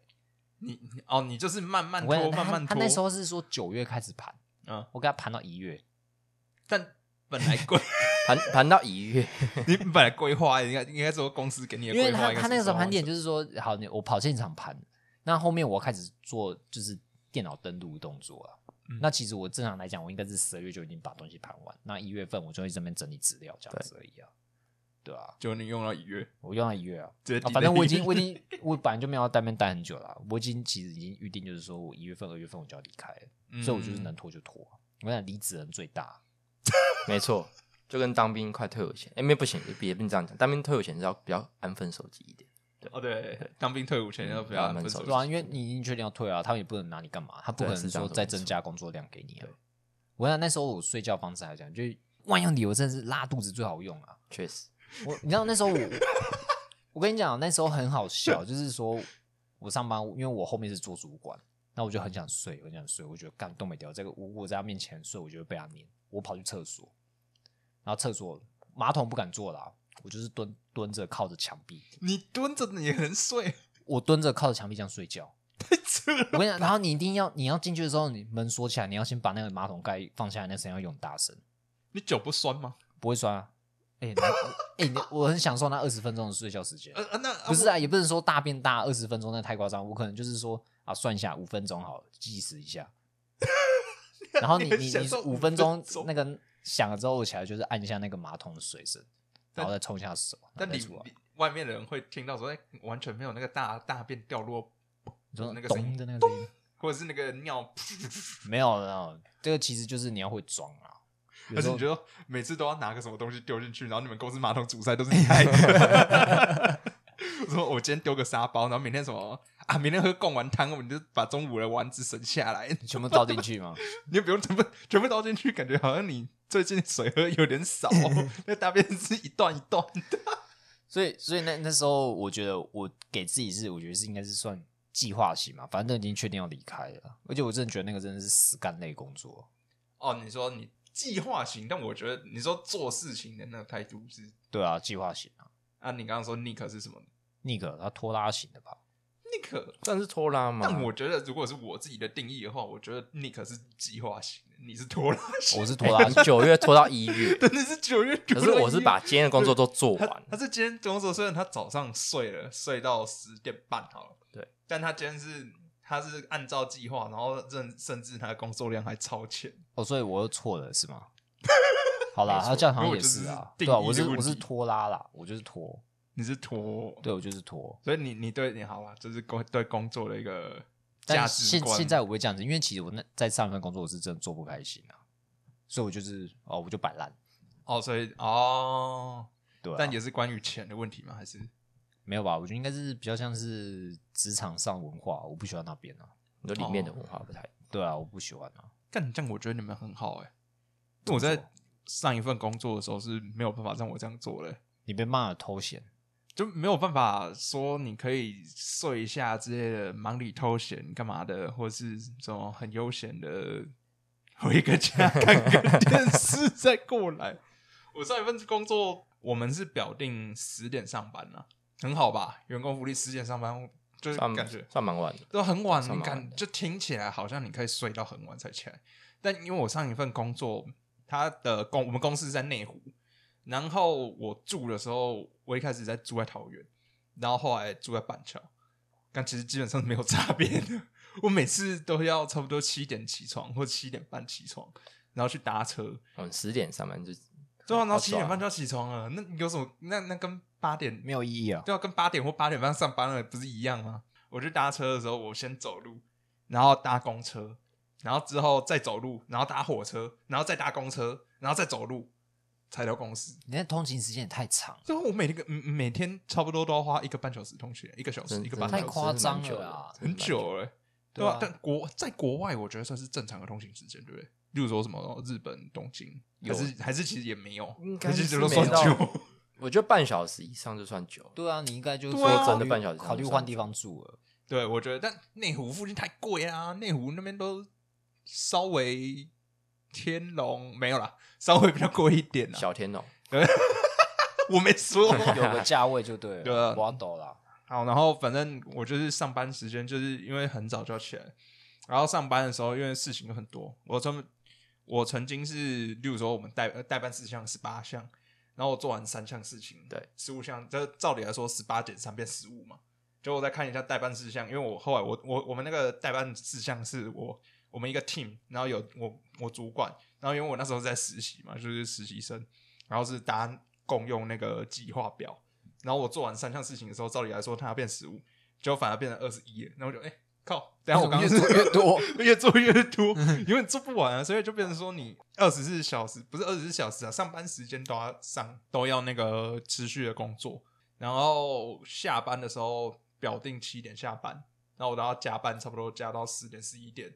S2: 你你哦，你就是慢慢
S1: 我跟
S2: 拖，
S1: 你讲
S2: 慢慢
S1: 他
S2: 拖。
S1: 他那时候是说九月开始盘，
S2: 嗯，
S1: 我给他盘到一月，
S2: 但本来规， <laughs>
S3: 盘盘到一月，
S2: 你本来规划应该应该说公司给你的
S1: 因为
S2: 规划
S1: 他
S2: 应该是什么时候完成，
S1: 他那个时候盘点就是说，好，你我跑现场盘，那后面我开始做就是电脑登录动作了。
S2: 嗯
S1: 那其实我正常来讲，我应该是十二月就已经把东西盘完，那一月份我就会这边整理资料这样子而已啊。对啊，
S2: 就你用到一月，
S1: 我用了一
S2: <laughs>
S1: 月啊，
S2: 直接
S1: 啊
S2: 抵
S1: 反正我已经
S2: 赖
S1: 我已经我本来就没有要在那边待很久了啊、我已经其实已经预定就是说我一月份、二月份我就要离开了，
S2: 嗯
S1: 所以我就是能拖就拖啊。我想离职人最大，啊
S3: 没错，就跟当兵快退伍前，哎、没不行，也不能这样讲，当兵退伍前是要比较安分守己一点。
S2: 哦，对，当兵退伍前要不要
S3: 慢慢
S2: 分
S3: 走
S2: 手
S1: 对？啊，因为你已经确定要退啊，他们也不能拿你干嘛，他不
S3: 对啊
S1: 可
S3: 是
S1: 能
S3: 这
S1: 说
S3: 样子
S1: 再
S3: 没错
S1: 增加工作量给你啊
S3: 对。
S1: 我想那时候我睡觉方式还这样，就是万用理由真的是拉肚子最好用啊。
S3: 确实，
S1: 我你知道那时候我，
S3: <laughs>
S1: 我跟你讲，那时候很好笑，就是说我上班，因为我后面是做主管，那我就很想睡，我很想睡，我觉得干都没掉这个，我我在他面前睡，我就会被他撵，我跑去厕所，然后厕所马桶不敢坐啦、我就是蹲蹲着靠着墙壁，
S2: 你蹲着你也能睡，
S1: 我蹲着靠着墙壁这样睡觉。
S2: 这
S1: 我跟你讲，然后你一定要你要进去的时候，你门锁起来，你要先把那个马桶盖放下来，那声音要用大声，
S2: 你脚不酸吗？
S1: 不会酸啊。哎、你哎、你我很享受那二十分钟的睡觉时间。
S2: 呃，呃那
S1: 不是啊，也不能说大便大二十分钟，那太夸张。我可能就是说啊，算一下五分钟好了，计时一
S2: <laughs>
S1: 下。然后你
S2: 你很
S1: 你
S2: 享
S1: 你
S2: 受
S1: 五
S2: 5
S1: 分钟
S2: 分钟
S1: 那个响了之后，我起来就是按一下那个马桶的水声，然后再冲一下手，
S2: 那
S1: 然后再
S2: 你
S1: 出来。
S2: 你外面的人会听到说，哎，完全没有那个大大便掉落，呃
S1: 你说
S2: 那个声
S1: 咚
S2: 音
S1: 的那个声音
S2: 或者是那个尿，
S1: 没有没有，这个其实就是你要会装啊。有
S2: 而
S1: 时
S2: 且
S1: 候
S2: <laughs> 你觉得每次都要拿个什么东西丢进去，然后你们公司马桶主塞都是你害的。 <laughs> 我说我今天丢个沙包，然后明天什么啊？明天喝贡丸汤，我们就把中午的丸子省下来， <laughs>
S1: 你全部倒进去吗？
S2: 你也不用全部全部倒进去，感觉好像你最近水喝有点
S1: <laughs>
S2: 少，那大便是一段一段的。
S1: 所以，所以那那时候，我觉得我给自己是，我觉得是应该是算计划型嘛，反正都已经确定要离开了，而且我真的觉得那个真的是死干累工作。
S2: 哦，你说你计划型，但我觉得你说做事情的那个态度是
S1: 对啊，计划型啊
S2: 啊，你刚刚说 Nick 是什么
S1: ，Nick 他拖拉型的吧？
S2: ？Nick，
S3: 但是拖拉嘛，
S2: 但我觉得如果是我自己的定义的话，我觉得 Nick 是计划型的，你是拖拉型，
S1: 我是拖拉
S2: <laughs> 哎，
S1: 型，
S3: 九月拖到一月
S2: 真的是九月九。
S3: 哦可是我是把今天的工作都做
S2: 他
S3: 完，
S2: 他是今天工作，虽然他早上睡了，睡到十点半好了，
S3: 对，
S2: 但他今天是他是按照计划，然后甚甚至他的工作量还超前。
S1: 哦，所以我又错了是
S2: <laughs>
S1: 吗？好啦
S2: 没，错
S1: 他这样好像也是啊，
S2: 因为我就是
S1: 对啊，
S2: 定义
S1: 我是
S2: 的问
S1: 我
S2: 题
S1: 是拖拉啦，我就是拖，
S2: 你是拖，
S1: 对我就是拖。
S2: 所以你你对你好吧，啊就是工对工作的一个价
S1: 但
S2: 值
S1: 现
S2: 观。
S1: 现在我会这样子，因为其实我那在上一份工作我是真的做不开心啊，所以我就是哦，我就摆烂，
S2: 哦，所以哦，
S1: 对、啊，
S2: 但也是关于钱的问题吗？还是
S1: 没有吧？我觉得应该是比较像是职场上文化，我不喜欢那边啊。
S3: 你说里面的文化不太
S2: 哦
S1: 对啊，我不喜欢啊。
S2: 干这样？我觉得你们很好哎、因为我
S1: 怎么
S2: 在上一份工作的时候是没有办法让我这样做的欸、
S1: 你被骂了偷闲，
S2: 就没有办法说你可以睡一下之类的，忙里偷闲干嘛的，或者是这种很悠闲的回个家看个
S1: <laughs>
S2: 电视再过来。我上一份工作，我们是表定十点上班啊，很好吧？员工福利十点上班，就是
S3: 算
S2: 感觉
S3: 算蛮晚的，
S2: 都很晚，
S3: 算
S2: 你
S3: 蛮晚
S2: 感
S3: 的
S2: 就听起来好像你可以睡到很晚才起来，但因为我上一份工作，他的公我们公司是在内湖，然后我住的时候，我一开始在住在桃园，然后后来住在板桥，但其实基本上 <laughs> 没有差别的。我每次都要差不多七点起床或七点半起床，然后去搭车，
S3: 我们嗯十点上班就
S2: 最啊后然后
S3: 好
S2: 七点
S3: 爽啊
S2: 半就要起床了，那有什么？那那跟八点
S1: 没有意义啊。
S2: 对啊，跟八点或八点半上班了不是一样吗？我去搭车的时候，我先走路，然后搭公车，然后之后再走路，然后搭火车，然后再搭公车，然后再走路，才到公司。
S1: 你那通勤时间也太长了，
S2: 最后我每个嗯每天差不多都要花一个半小时通学，一个小时
S3: 真
S2: 一个
S3: 真
S2: 半
S3: 的
S2: 小
S1: 太
S2: 时，
S1: 夸张
S3: 真的蛮
S1: 了啊
S3: 真的
S2: 很
S3: 蛮
S2: 久了欸、对吧、
S1: 对
S2: 但
S1: 啊
S2: 国在国外，我觉得算是正常的通行时间，对不对？例如说什么日本东京，还
S3: 有
S2: 是还是其实也没有，
S3: 应
S2: 还
S3: 该
S2: 是
S3: 是
S2: 都
S3: 没
S2: 算
S3: 到
S2: 久。
S3: <laughs> 我觉得半小时以上就算久了。
S1: 对啊，你应该就是
S2: 对啊
S1: 考虑
S2: 真
S3: 的半小时
S1: 考虑换地方住了。
S2: 对，我觉得，但内湖附近太贵啊，内湖那边都稍微天龙没有啦，稍微比较贵一点啦。
S3: 小天哦龙，
S2: 我没
S1: <laughs>
S2: 说。
S1: 有个价位就
S3: <laughs>
S1: 对
S2: 对啊
S1: 了，我要抖啦。
S2: 好，然后反正我就是上班时间，就是因为很早就要起来，然后上班的时候因为事情有很多，我专门我曾经是，例如说我们代呃代办事项十八项，然后我做完三项事情，
S3: 对，
S2: 十五项，这照理来说十八减三变十五嘛。就我再看一下代办事项，因为我后来我我我们那个代办事项是我我们一个 team，然后有我我主管，然后因为我那时候在实习嘛，就是实习生，然后是大家共用那个计划表，然后我做完三项事情的时候，照理来说它要变十五，结果反而变成二十一，那我就哎、靠，等一下我刚
S1: 越
S2: 刚是
S1: 做越多，
S2: <laughs> 越做越多，
S1: <laughs>
S2: 因为做不完啊，所以就变成说你二十四小时不是二十四小时啊，上班时间都要上都要那个持续的工作，然后下班的时候表定七点下班，然后我都要加班，差不多加到十点十一点，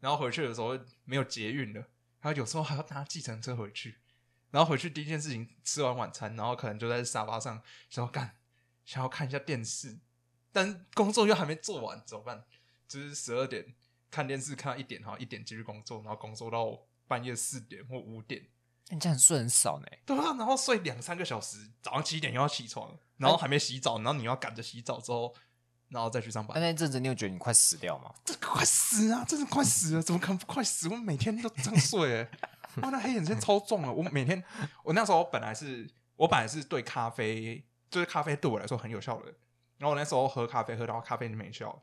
S2: 然后回去的时候没有捷运了，然后有时候还要搭计程车回去，然后回去第一件事情吃完晚餐，然后可能就在沙发上想要干，想要看一下电视，但工作又还没做完，怎么办？就是十二点看电视看到一点，然后一点继续工作，然后工作到半夜四点或五点，
S1: 哎你这样睡很少呢。
S2: 对啊，然后睡两三个小时，早上七点又要起床，然后还没洗澡，然后你要赶着洗澡之后，然后再去上
S1: 那
S2: 班，
S1: 那阵子你有觉得你快死掉吗？
S2: 这个快死啊！真的快死了，怎么可能不快死？我每天都这样睡、
S1: <laughs>
S2: 欸，哇，那黑眼圈超重了。啊我每天，我那时候本来是，我本来是对咖啡，就是咖啡对我来说很有效的。然后我那时候喝咖啡，喝到咖啡没效，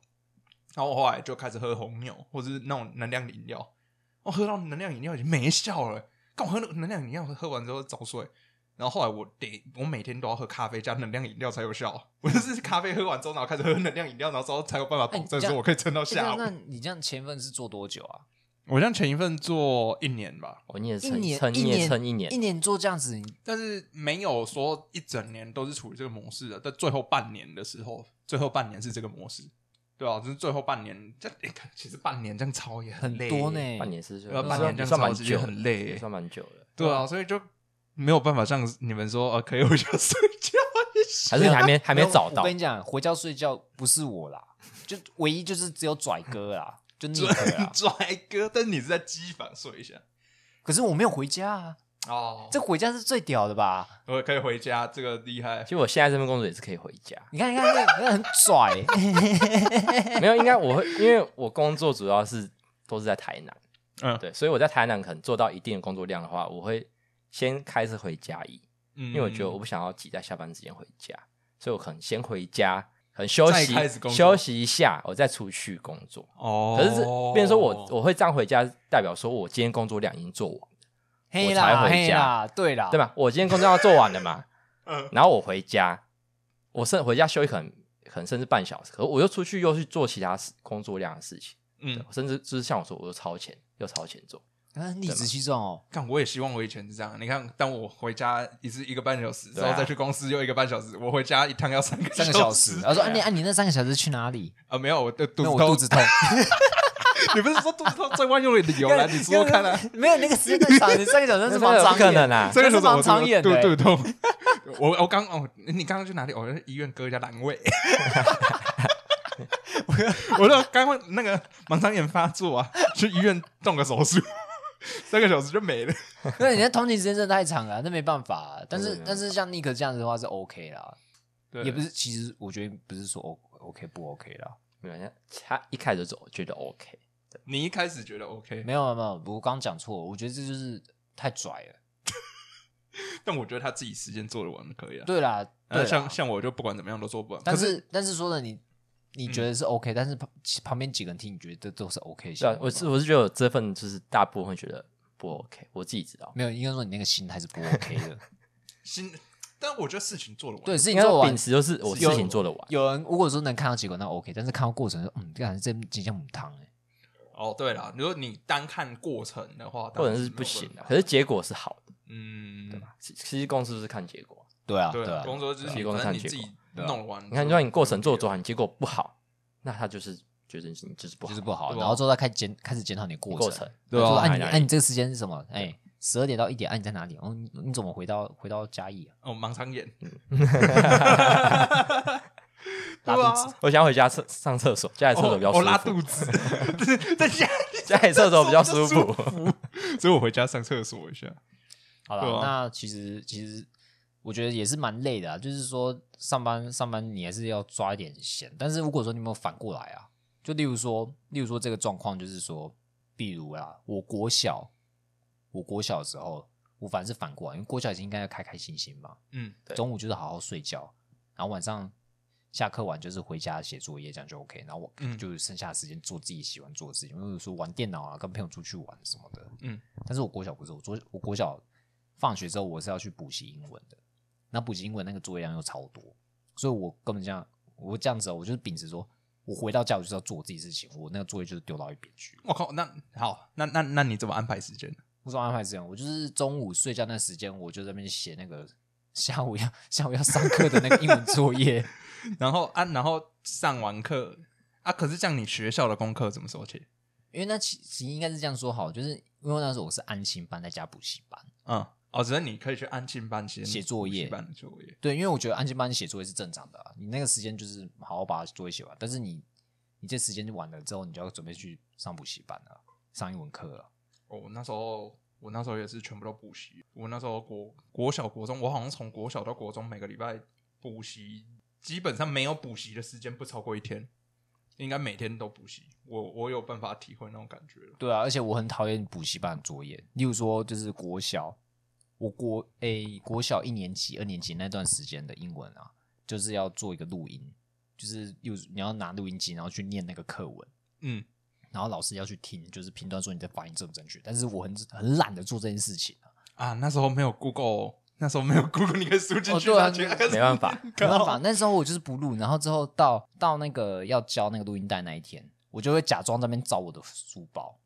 S2: 然后我后来就开始喝红牛或者是那种能量饮料。我喝到能量饮料已经没效了，刚喝那个能量饮料喝完之后早睡。然后后来我得，我每天都要喝咖啡加能量饮料才有效。我就是咖啡喝完之后，然后开始喝能量饮料，然后之后才有办法
S1: 哎
S2: 保
S1: 你
S2: 证
S1: 这样
S2: 说我可以撑
S3: 哦
S2: 到
S1: 欸
S3: 啊
S2: 下午。
S1: 那那你这样前份是做多久啊？
S2: 我像前一份做一年吧，
S3: 我你也
S1: 一
S3: 撑
S1: 年
S3: 撑，你也撑一
S1: 年
S3: 年
S1: 一，年做这样子，你
S2: 但是没有说一整年都是处于这个模式的。但最后半年的时候，最后半年是这个模式，对啊，就是最后半年，这、欸其实半年这样超也
S1: 很
S2: 累
S1: 多呢，
S3: 半年是
S2: 对啊半年这样
S3: 算蛮
S2: 子其实
S3: 久的，
S2: 很累
S3: 也算蛮久了。
S2: 对啊，所以就没有办法像你们说，呃，可以回家睡觉一下。
S3: 还是你还没还
S1: 还
S3: 没找到
S1: 啊我跟你讲，回家睡觉不是我啦，就唯一就是只有拽哥啦，
S3: <laughs>
S1: 就 Nick 啦。
S2: 拽哎哥，但你是在机房睡一下
S1: 可是我没有回家啊，
S2: 哦
S1: 这回家是最屌的吧？
S2: 我哦可以回家，这个厉害
S3: 其。实我现在这份工作也是可以回家，
S1: 你看，你看，那那很拽，
S3: <laughs> 没有，应该我会，因为我工作主要是都是在台南，
S2: 嗯
S3: 对，所以我在台南可能做到一定的工作量的话，我会先开车回嘉义，
S2: 因
S3: 因为我觉
S2: 嗯
S3: 得我不想要挤在下班时间回家，所以我可能先回家，可能休
S2: 再开始
S3: 息
S2: 工作
S3: 休息一下，我再出去工作。
S2: 哦，
S3: 可是这，变成说我我会这样回家，代表说我今天工作量已经做完了，
S1: 嘿
S3: 我才
S1: 啦，
S3: 回
S1: 嘿
S3: 家
S1: 啦，对啦，
S3: 对吧？我今天工作要做完了嘛，
S2: <laughs> 嗯
S3: 然后我回家，我甚回家休息可能可能甚至半小时，可是我又出去又去做其他事工作量的事情。
S2: 嗯
S3: 对，甚至就是像我说，我又超前，又超前做，
S1: 嗯，理直气壮哦，
S2: 看，我也希望我以前是这样。你看，当我回家一次一个半小时，之
S3: 对
S2: 后
S3: 啊
S2: 再去公司又一个半小时，我回家一趟要三个
S1: 三个
S2: 小
S1: 小时。然后说，啊你啊你那三个小时去哪里？
S2: 啊，没有，我的
S1: 那
S2: 肚子
S1: 我
S2: 痛。
S1: 肚子痛。
S2: 你不是说肚子痛最万用的
S1: <laughs>
S2: 理由来？你说说看啊，
S1: 没有那个时间太长，你三个小时是蛮
S3: 那
S1: 长
S3: 不可能
S1: 的。
S3: 啊！
S2: 三个小时我
S1: 那是盲肠炎欸
S2: 肚
S1: 的
S2: 肚子痛。我我刚哦，你刚刚去哪里？我在医院割一下阑尾。我说刚刚那个盲肠炎发作啊，去医院动个手术，三个小时就没了。
S1: 因为你的通勤时间真的太长了，那没办法啊、但是
S3: 对
S1: 但是像 Nick 这样子的话是 OK 啦，
S2: 对
S1: 也不是，其实我觉得不是说 O OK 不 OK 啦，
S3: 没有，他一开始就觉得 OK，
S2: 你一开始觉得 OK，
S1: 没有没有没有，我刚讲错了，我觉得这就是太拽了。
S2: 但我觉得他自己时间做的完可以啊。
S1: 对啦，对
S2: 呃，
S1: 啦
S2: 像像我就不管怎么样都做不完。
S1: 但
S2: 可
S1: 是但是说的你你觉得是 OK，、但是旁旁边几个人听你觉得这都是 OK
S3: 对
S1: 行
S3: 啊
S1: 为，
S3: 我是
S1: 吗
S3: 我是觉得我这份就是大部分会觉得不 OK，我自己知道。
S1: <laughs> 没有，应该说你那个心态是不 OK 的。
S2: 新，但我觉得事情做了完，
S1: 对，事
S3: 应
S1: 情
S3: 该
S1: 做
S3: 说
S1: 完
S3: 秉，持就是我事情做得完，
S1: 有人如果说能看到结果，那 OK。但是看到过程，嗯，这感觉这真像母汤哎。
S2: 哦，对了，如果你单看过程的话，
S3: 或者
S2: 当
S3: 是
S2: 然
S3: 不行
S2: 没有
S3: 的，
S2: 办法
S3: 可是结果是好的，
S2: 嗯，
S3: 对吧？其其实公司是看结果，
S1: 对啊，
S2: 对
S1: 对
S2: 啊，
S1: 啊，
S2: 工作就是
S3: 提
S2: 你
S3: 供
S2: 反正
S3: 看
S2: 你
S3: 结
S2: 自己
S1: 对啊
S2: 弄完，
S3: 你看，就算你过程做得完，你结果不好，那他就是觉得你就是不好，
S1: 就是不好。
S2: 对啊
S1: 然后之后再开始检开始检讨你的过
S3: 过
S1: 程
S3: 程，
S1: 对
S2: 对啊
S1: 说哎
S3: 哪里
S1: 你
S3: 哪里
S1: 哎你这个时间是什么？哎，十二点到一点，哎你在哪里？哦，你你怎么回到回到嘉义啊？
S2: 哦，盲肠炎，
S3: 嗯 <laughs>
S1: 拉
S2: 对啊
S1: 肚子，
S3: 我想回家厕上厕所，家里厕所
S2: 哦
S3: 比较舒
S2: 哦
S3: 服，啊
S2: 拉肚
S3: <laughs>
S2: 子，在家
S3: 家里厕所比较舒
S2: 舒
S3: 服。
S2: 服，所以我回家上厕所一下。
S1: 好
S2: 对
S1: 了
S2: 啊，
S1: 那其实其实我觉得也是蛮累的啊，就是说上班上班你还是要抓一点闲，但是如果说你有没有反过来啊，就例如说例如说这个状况就是说，比如啦，我国小我国小的时候，我反而是反过来，因为国小已经应该要开开心心嘛，
S2: 嗯，
S3: 对
S1: 中午就是好好睡觉，然后晚上。下课完就是回家写作业，这样就 OK。然后我
S2: 嗯
S1: 就是剩下的时间做自己喜欢做的事情，比如说玩电脑啊，跟朋友出去玩什么的。
S2: 嗯，
S1: 但是我国小不是，我昨我国小放学之后我是要去补习英文的，那补习英文那个作业量又超多，所以我根本这样，我这样子哦，我就是秉持说，我回到家我就是要做我自己事情，我那个作业就是丢到一边去。
S2: 我靠，那好，那那那你怎么安排时间？
S1: 不说安排时间，我就是中午睡觉那时间，我就在那边写那个下午要下午要上课的那个英文作业。
S2: 然后啊，然后上完课啊，可是这样你学校的功课怎么收起？
S1: 因为那其其实应该是这样说好，就是因为那时候我是安心班在家补习班，
S2: 嗯，哦，只是你可以去安静班先
S1: 写作业
S2: 补习班的作业。
S1: 对，因为我觉得安静班写作业是正常的、啊，你那个时间就是好好把作业写完，但是你你这时间就完了之后，你就要准备去上补习班了，上英文课了。
S2: 哦，那时候我那时候也是全部都补习。我那时候国国小、国中，我好像从国小到国中每个礼拜补习，基本上没有补习的时间不超过一天，应该每天都补习。我我有办法体会那种感觉了。
S1: 对啊，而且我很讨厌补习班的作业，例如说就是国小，我国诶、国小一年级、二年级那段时间的英文啊，就是要做一个录音，就是又你要拿录音机，然后去念那个课文。
S2: 嗯，
S1: 然后老师要去听，就是评断说你的发音正不正确。但是我很很懒得做这件事情啊，
S2: 啊，那时候没有 Google，那时候没有 Google，你可以输进
S1: 哦
S2: 去，
S1: 对啊
S2: 它全
S3: 没办法，
S1: 没办法，那时候我就是不录，然后之后到到那个要交那个录音带那一天，我就会假装在那边找我的书包。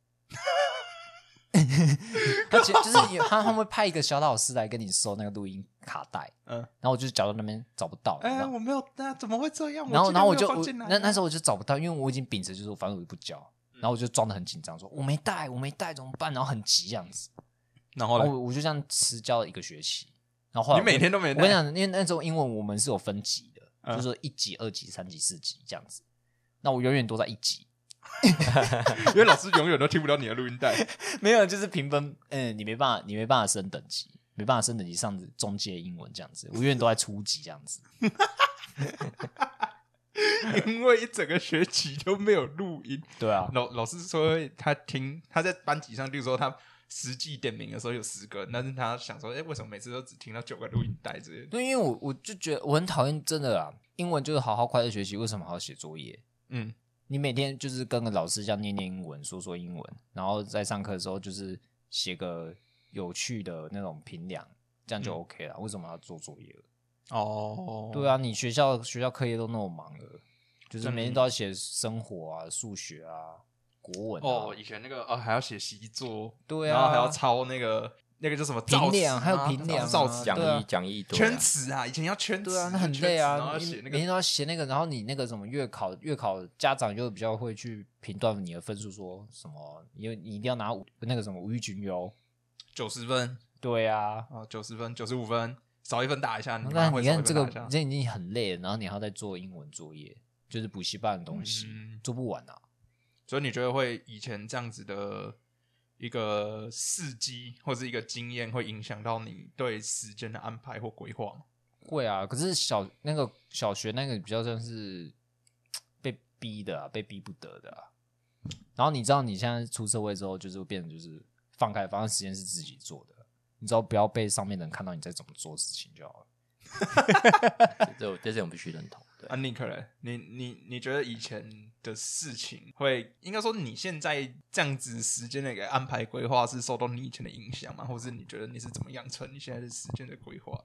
S1: 而且就是有他他们会派一个小老师来跟你收那个录音卡带，
S2: 嗯，
S1: 然后我就假装那边找不到，你知
S2: 哎、
S1: 道吗
S2: 我没有，那怎么会这样？
S1: 啊然后然后我就我那那时
S2: 候
S1: 候我就找不到，因为我已经秉持就是反正我就不交，然后我就装的很紧张，说我没带我没带怎么办，然后很急样子，
S2: 然后
S1: 然
S2: 嘞
S1: 后哦我我就这样迟交了一个学期，然后后来
S2: 你每天都没
S1: 我
S2: 带
S1: 跟你讲，因为那时候英文我们是有分级的，
S2: 嗯
S1: 就是说一级、二级、三级、四级这样子。那我永远都在一级，
S2: <laughs> 因为老师永远都听不到你的录音带。
S1: 没有就是评分，嗯，你没办法，你没办法升等级，没办法升等级上中阶英文这样子，我永远都在初级这样子。
S2: 因为一整个学期都没有录音。
S1: 对啊，
S2: 老老师说他听他在班级上，例如说他实际点名的时候有十个，但是他想说，哎、为什么每次都只听到九个录音带之类的？
S1: 对，因为我我就觉得我很讨厌真的啦，英文就是好好快乐学习，为什么还要写作业？
S2: 嗯，
S1: 你每天就是跟个老师这样念念英文，说说英文，然后在上课的时候就是写个有趣的那种评量，这样就
S2: 嗯
S1: OK 了。为什么要做作业了？
S2: 哦
S1: 对
S2: 啊，
S1: 啊，你学校学校课业都那么忙了，就是
S2: 真
S1: 每天
S2: 的
S1: 都要写生活啊、数学啊、国文
S2: 哦，
S1: 啊、
S2: 以前那个哦还要写习作，
S1: 对
S2: 然后
S1: 啊
S2: 还要抄那个那个叫什么
S1: 评
S2: 造
S1: 量
S2: 词
S1: 还有
S2: 啊
S1: 评量啊
S2: 造词
S3: 讲
S1: 对啊
S3: 义讲义多啊，
S2: 圈词啊，以前要圈词，
S1: 对啊，那很
S2: 圈词
S1: 累
S2: 然后
S1: 啊，
S2: 要
S1: 你
S2: 写那
S1: 每天
S2: 个
S1: 都要写那个，然后你那个什么月考，月考家长就比较会去评断你的分数，说什么，因为你一定要拿五那个什么五育均优。
S2: 九十分
S1: 对啊，
S2: 啊，九十分，九十五分，少一分打一下，你
S1: 那
S2: 妈会
S1: 你
S2: 少
S1: 看
S2: 一分
S1: 这
S2: 打
S1: 个
S2: 一下
S1: 这已经很累了，然后你还要再做英文作业，就是补习班的东西、
S2: 嗯
S1: 做不完啊。
S2: 所以你觉得会以前这样子的一个事迹或是一个经验，会影响到你对时间的安排或规划吗？
S1: 会啊，可是小那个小学那个比较像是被逼的、啊，被逼不得的、啊。然后你知道你现在出社会之后，就是变成就是放开，反正时间是自己做的，你知道不要被上面的人看到你在怎么做事情就好了。
S3: 这我对这点我必须认同。对
S2: 啊，，你可能，你你你觉得以前的事情会，应该说你现在这样子时间的一个安排规划是受到你以前的影响吗？或是你觉得你是怎么养成你现在的时间的规划？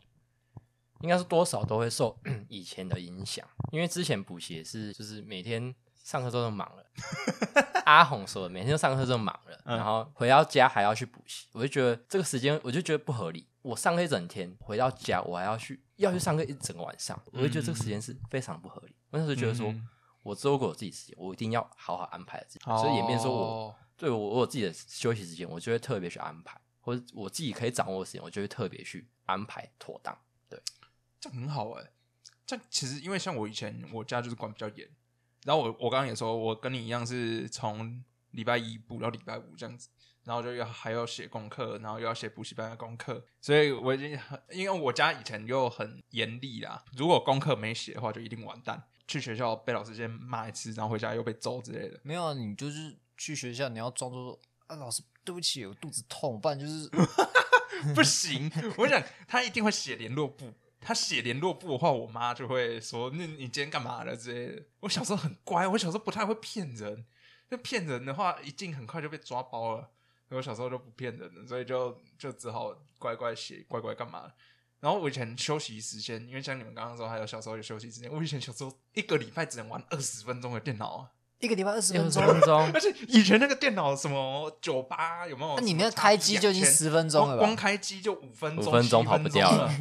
S3: 应该是多少都会受 <clears throat> 以前的影响，因为之前补习也是就是每天上课都是忙
S2: <laughs>
S3: 了。阿红说的，每天都上课都忙了，
S2: 嗯
S3: 然后回到家还要去补习，我就觉得这个时间我就觉得不合理。我上课一整天，回到家我还要去要去上课一整个晚上，我就觉得这个时间是非常不合理。我那时候觉得说，
S2: 嗯
S3: 我之后给我自己时间，我一定要好好安排自己，所以演变说我
S2: 哦
S3: 对我我有自己的休息时间，我就会特别去安排，或者我自己可以掌握的时间，我就会特别去安排妥当。
S2: 这样很好哎、这样其实因为像我以前我家就是管比较严，然后我我刚刚也说，我跟你一样是从礼拜一补到礼拜五这样子，然后就要还要写功课，然后又要写补习班的功课，所以我已经很因为我家以前又很严厉啦，如果功课没写的话就一定完蛋，去学校被老师先骂一次，然后回家又被揍之类的。
S1: 没有啊，你就是去学校，你要装作啊，老师对不起，我肚子痛，不然就是 <laughs>
S2: 不行，我想他一定会写联络簿。他写联络簿的话，我妈就会说：“那你今天干嘛了？”之类的。我小时候很乖，我小时候不太会骗人。那骗人的话，一定很快就被抓包了。所以我小时候就不骗人了，所以就就只好乖乖写，乖乖干嘛。然后我以前休息时间，因为像你们刚刚说，还有小时候有休息时间。我以前小时候一个礼拜只能玩二十分钟的电脑啊，
S1: 一个礼拜二十
S3: 六
S1: 分
S3: 十
S1: 钟。
S3: 分钟
S2: 而，且以前那个电脑什么酒吧有没有？
S1: 那你那开机就已经
S2: 2000
S1: 十分钟了
S2: 光光
S1: 吧？
S2: 开机就五分钟，
S3: 五分钟
S2: 7
S3: 跑不掉了
S2: 了。 <laughs>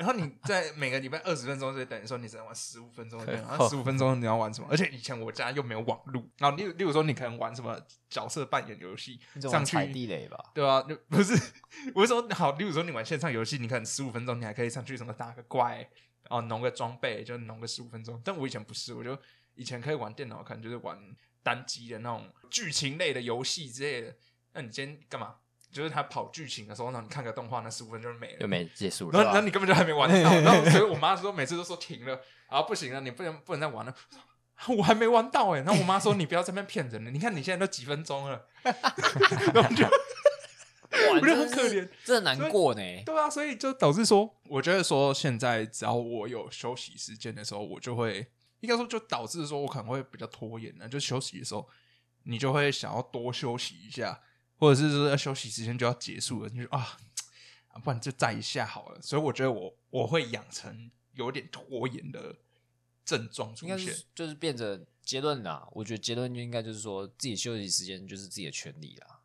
S2: 然后你在每个礼拜二十分钟，就等于说你只能玩十五分
S3: <laughs>
S2: 钟的电脑，
S3: 靠
S2: 那十五分钟你要玩什么？而且以前我家又没有网路，然后例如例如说你可能玩什么角色扮演游戏，
S1: 你总
S2: 上
S1: 玩踩
S2: 去
S1: 地雷吧？
S2: 对啊，就不是我是说好，例如说你玩线上游戏，你可能十五分钟你还可以上去什么打个怪，哦弄个装备，就弄个十五分钟。但我以前不是，我就以前可以玩电脑，可能就是玩单机的那种剧情类的游戏之类的。那你今天干嘛？就是他跑剧情的时候，让你看个动画，那十五分钟就没了
S3: 就。没结束
S2: 然后，然后
S3: 了。
S2: 你根本就还没玩到，然后所以我妈说每次都说停了，啊不行了，你不能不能再玩了。我还没玩到哎、然后我妈说你不要在那边骗人了，你看你现在都几分钟了， <laughs> 然后就
S1: 我
S2: <laughs> 我觉得很可怜，
S1: 真的难过呢。
S2: 对啊，所以就导致说，我觉得说现在只要我有休息时间的时候，我就会应该说就导致说我可能会比较拖延呢，就休息的时候，你就会想要多休息一下，或者是说要休息时间就要结束了，你就啊，啊不然就再一下好了。所以我觉得我我会养成有点拖延的症状出
S1: 应该
S2: 现。
S1: 是就是变成结论啦。我觉得结论就应该就是说，自己休息时间就是自己的权利啦。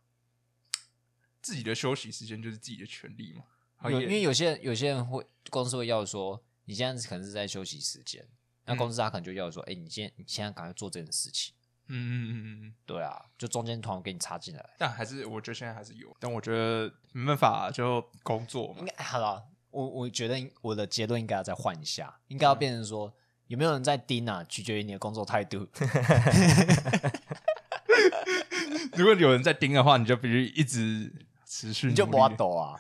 S2: 自己的休息时间就是自己的权利嘛。好
S1: 有
S2: 也
S1: 因为有些人有些人会公司会要说，你现在可能是在休息时间，那
S2: 嗯
S1: 公司他可能就要说，哎、你现在你现在赶快做这件事情。
S2: 嗯嗯嗯嗯嗯。
S1: 对啊，就中间突然给你插进来，
S2: 但还是，我觉得现在还是有，但我觉得没办法，就工作嘛
S1: 应。该好了。我我觉得应我的结论应该要再换一下，应
S2: 嗯
S1: 该要变成说、有没有人在盯啊，取决于你的工作态
S2: <laughs>
S1: 度。
S2: <laughs> 如果有人在盯的话，你就必须一直持续努力。
S1: 你就不要抖啊！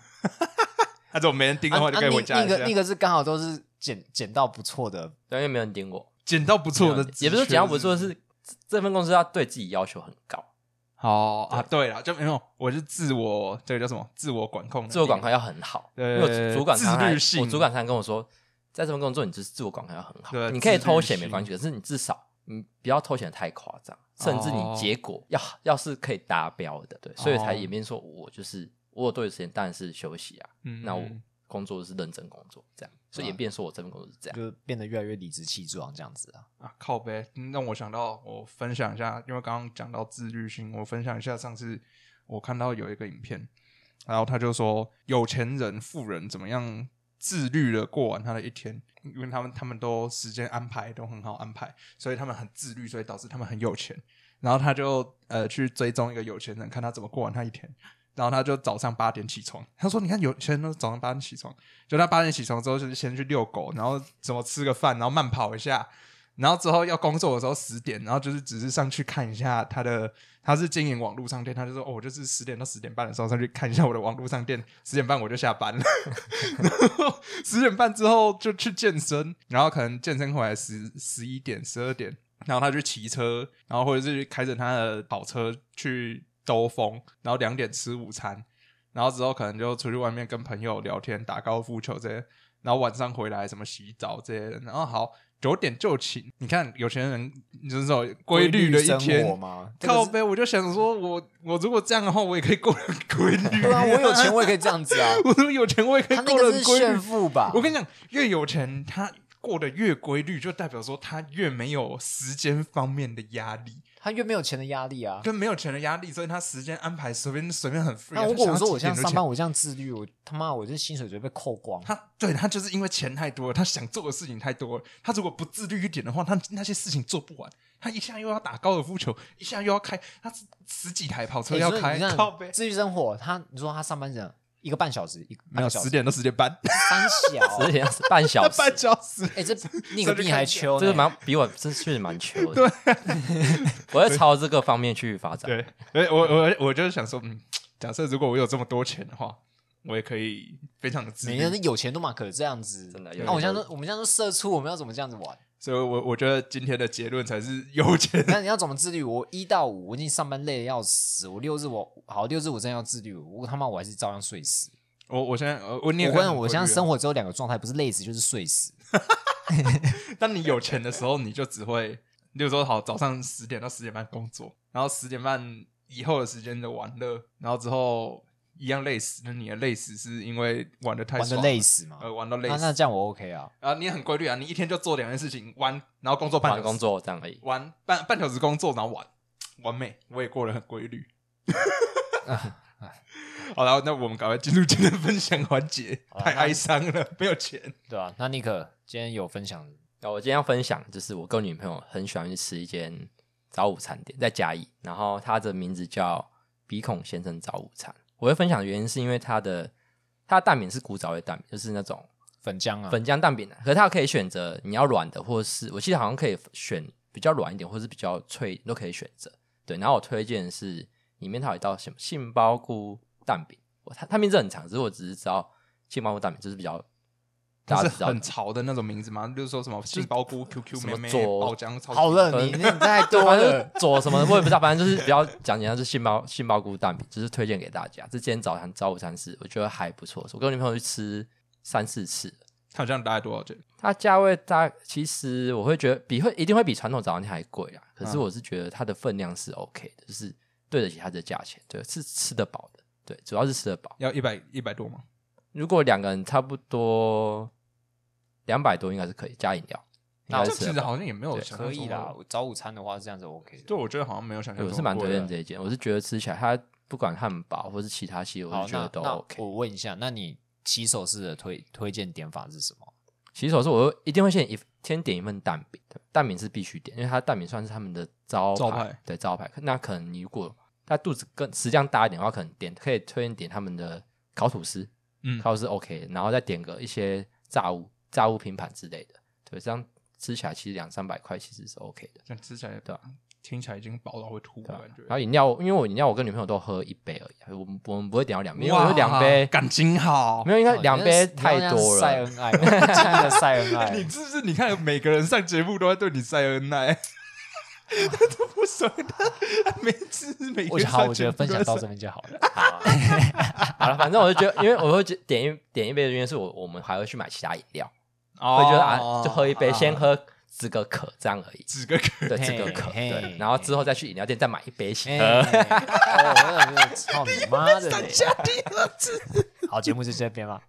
S2: 那如果没人盯的话，就可以回家
S1: 啊
S2: 一
S1: 那
S2: 下
S1: 那个那个是刚好都是捡捡到不错的，
S3: 对，因为没有人盯我，
S2: 捡到不错的
S3: 没有人
S2: 职缺，
S3: 啊也不是说讲到不错，是这这份工作要对自己要求很高，
S2: 好啊。对了，就没有，我是自我，这个叫什么？自我管控能力，
S3: 自我管控要很好。因
S2: 对
S3: 为我主管常
S2: 自
S3: 常
S2: 律性
S3: 我主管常常跟我说，在这份工作你就是自我管控要很好
S2: 对，
S3: 你可以
S2: 自
S3: 偷
S2: 律
S3: 闲
S2: 性
S3: 没关系，可是你至少你不要偷闲太夸张，甚至
S2: 哦
S3: 你结果要要是可以达标的，对，所以
S2: 哦
S3: 才演变说我就是我有多余时间当然是休息啊，
S2: 嗯。啊
S3: 那我工作是认真工作这样，所以演变说我这份工作是这样。
S1: 就变得越来越理直气壮这样子啊。
S2: 啊靠呗，嗯让我想到我分享一下，因为刚刚讲到自律性，我分享一下上次我看到有一个影片，然后他就说有钱人、富人怎么样自律的过完他的一天，因为他们他们都时间安排都很好安排，所以他们很自律，所以导致他们很有钱。然后他就呃去追踪一个有钱人，看他怎么过完他一天。然后他就早上八点起床，他说：“你看有钱人都早上八点起床，就他八点起床之后，就是先去遛狗，然后怎么吃个饭，然后慢跑一下，然后之后要工作的时候十点，然后就是只是上去看一下他的，他是经营网络商店，他就说哦，我就是十点到十点半的时候上去看一下我的网络商店，十点半我就下班了， <laughs> 然后十点半之后就去健身，然后可能健身回来十十一点十二点，然后他就骑车，然后或者是开着他的跑车去兜风，然后两点吃午餐，然后之后可能就出去外面跟朋友聊天、打高尔夫球这些。然后晚上回来什么洗澡这些的，然后好九点就寝。你看有钱人就是说规律的一
S1: 生
S2: 天
S1: 活，吗？这个
S2: 靠
S1: 是
S2: 背，我就想说我，我如果这样的话，我也可以过得很规律。
S1: 对啊，我有钱，我也可以这样子啊。
S2: <laughs> 我如果有钱，我也可以
S1: 他那
S2: 过得
S1: 个
S2: 很
S1: 是
S2: 规律
S1: 炫。富啊吧？
S2: 我跟你讲，越有钱，他过得越规律，就代表说他越没有时间方面的压力，
S1: 他越没有钱的压力啊。
S2: 跟没有钱的压力，所以他时间安排随便随便很 free
S1: 那
S2: 啊。
S1: 如
S2: 他
S1: 果
S2: 想
S1: 我
S2: 要
S1: 说我
S2: 几点
S1: 现在
S2: 就
S1: 上
S2: 起
S1: 班，我这样自律，我他妈我这薪水直接被扣光。
S2: 他对他就是因为钱太多了，他想做的事情太多了。他如果不自律一点的话，他那些事情做不完。他一下又要打高尔夫球，一下又要开，他十十几台跑车
S1: 欸
S2: 要
S1: 所以
S2: 开
S1: 你，看
S2: 靠背
S1: 自律生活，他你说他上班怎一个半小时，一个
S2: 没
S1: 半个
S2: 有
S1: 小
S2: 十
S1: 时，
S2: 点到十点半，
S1: 三小。
S3: 十点半小
S2: 那
S3: 时，
S2: <laughs> 半小时。
S1: 哎、欸，这那个
S2: 这就
S1: 比你
S2: 看
S1: 还
S2: 起来
S1: 秋呢，
S3: 这个蛮比我真确实蛮糗的。对， <laughs> 我要朝这个方面去发展。
S2: 对，所以我我我就是想说，嗯，假设如果我有这么多钱的话，我也可以非常的自
S1: 每
S2: 律
S1: 个。人有钱都嘛可这样子。
S3: 真的有
S1: 那、我
S3: 钱
S1: 现在
S3: 都
S1: 说，我们现在说社畜，我们要怎么这样子玩？
S2: 所以我，我觉得今天的结论才是有钱 <laughs>
S1: 那你要怎么自律？我一到五我已经上班累的要死，我六日我好六日我真的要自律，我他妈我还是照样睡死。
S2: 我我现在呃我念
S1: 我跟我现
S3: 啊
S1: 在生活只有两个状态，不是累死就是睡死。
S2: 当你有钱的时候，你就只会，例如说，好，早上十点到十点半工作，然后十点半以后的时间的玩乐，然后之后一样累死。那你的累死是因为玩的太
S1: 玩
S2: 爽
S1: 的
S2: 了
S1: 累死嘛？
S2: 呃，玩到累
S1: 那
S2: 死。
S1: 那这样我 OK 啊？
S2: 然后你也很规律啊，你一天就做两件事情，玩，然后工作半小
S3: 换
S2: 时，
S3: 工作这样而已。
S2: 玩半半小时工作，然后玩，完美，我也过得很
S1: <laughs>
S2: 规律。好了，那我们赶快进入今天的分享环节，
S1: 好啦啊
S2: 太
S1: 那
S2: 哀伤了，没有钱。
S1: 对啊，那尼克今天有分享
S3: 那我今天要分享，就是我跟我女朋友很喜欢去吃一间早午餐店，在嘉义，然后它的名字叫鼻孔先生早午餐。我会分享的原因是因为它的它的蛋饼是古早味蛋饼，就是那种
S1: 粉浆啊，
S3: 粉浆蛋饼、啊，可是它可以选择你要软的，或是我记得好像可以选比较软一点，或是比较脆都可以选择。对，然后我推荐的是里面它有一道什么杏鲍菇蛋饼，我它它名字很长，只是我只是知道杏鲍菇蛋饼就是比较
S2: 它
S3: 大家
S2: 是
S3: 知道的
S2: 很潮的那种名字吗？就是说什么杏鲍菇、QQ
S3: 什
S2: 妹
S3: 么
S2: 妹、
S3: 左
S2: 爆浆、超级
S1: 好了，
S3: 可能
S1: 你你 <laughs> 太
S3: 对，
S1: 多
S3: 反正
S1: 了
S3: 就。左什么我也不知道，反正就是比较讲简单，就是杏鲍杏鲍菇蛋饼，就是推荐给大家。这今天早餐早午餐是我觉得还不错，我跟我女朋友去吃三四次，
S2: 它好像大概多少钱？
S3: 它价位大，其实我会觉得比会一定会比传统早餐店还贵啊。可是
S2: 嗯
S3: 我是觉得它的分量是 OK 的，就是对得起它的价钱，对，是吃得饱的，对，主要是吃得饱。
S2: 要一百一百多吗？
S3: 如果两个人差不多两百多，应该是可以加饮料。应
S2: 那
S3: 该
S2: 这
S3: 是
S2: 样
S3: 吃
S2: 其
S3: 得
S2: 实
S3: 饱
S2: 好像也没有
S3: 对
S2: 想象
S1: 可以
S2: 中
S1: 啦
S2: 的，，
S1: 我早午餐的话是这样子 OK 的。
S2: 对，我觉得好像没有想象中
S3: 对我
S2: 的贵。
S3: 是蛮推荐这一间，我是觉得吃起来它不管汉堡或是其他系列，我
S1: 好，
S3: 是觉得
S1: 那
S3: 都
S1: 那
S3: OK。
S1: 我问一下，那你起手式的推推荐点法是什么？
S3: 洗手是我一定会先一先点一份蛋饼，对蛋饼是必须点，因为它蛋饼算是他们的招牌，
S2: 招牌
S3: 对招牌。那可能你如果他肚子更食量大一点的话，可能点可以推荐点他们的烤吐司，
S2: 嗯
S3: 烤吐司 OK，的然后再点个一些炸物、炸物拼盘之类的，对，这样吃起来其实两三百块其实是 OK 的，
S2: 这样吃起来
S3: 对啊
S2: 听起来已经饱到会吐的
S3: 对吧啊
S2: 感觉。
S3: 然后饮料，因为我饮料我跟女朋友都喝一杯而已，我们我们不会点到两杯，因为我
S2: 哇
S3: 觉得两杯
S2: 感情好
S3: 没。有，应该
S1: 哦
S3: 两杯太多
S1: 晒
S3: 了。
S1: 恩爱嘛， <laughs> 真的晒恩
S2: <laughs>
S3: <laughs>
S2: 你
S1: 爱。
S2: 是不是你看每个人上节目都在对你晒恩爱？
S3: <laughs>
S2: 都不爽他，每次每
S1: 我
S2: 个
S1: 觉
S2: 人
S1: 得好，
S2: 上
S1: 我觉
S2: 节
S1: 得分
S2: 目都
S1: 享
S2: 在
S1: 到
S2: 晒
S1: 这边就好了。
S3: 好了，反正我就觉得，因为我会觉点一点一杯的原因是我我们还会去买其他饮料，
S2: 哦
S3: 会觉得啊，就喝一杯，
S2: 啊
S3: 先喝止个渴这样而已，
S2: 几个
S3: <laughs>
S2: 可
S3: 对，
S1: 嘿
S3: 止个渴，
S1: 嘿
S3: 对，然后之后再去饮料店再买一杯一起
S1: 哎，
S3: 喝。
S1: <laughs> 哦我有操你妈 <laughs> 的嘞！
S2: 第二次。
S1: 好，节目就这边吧。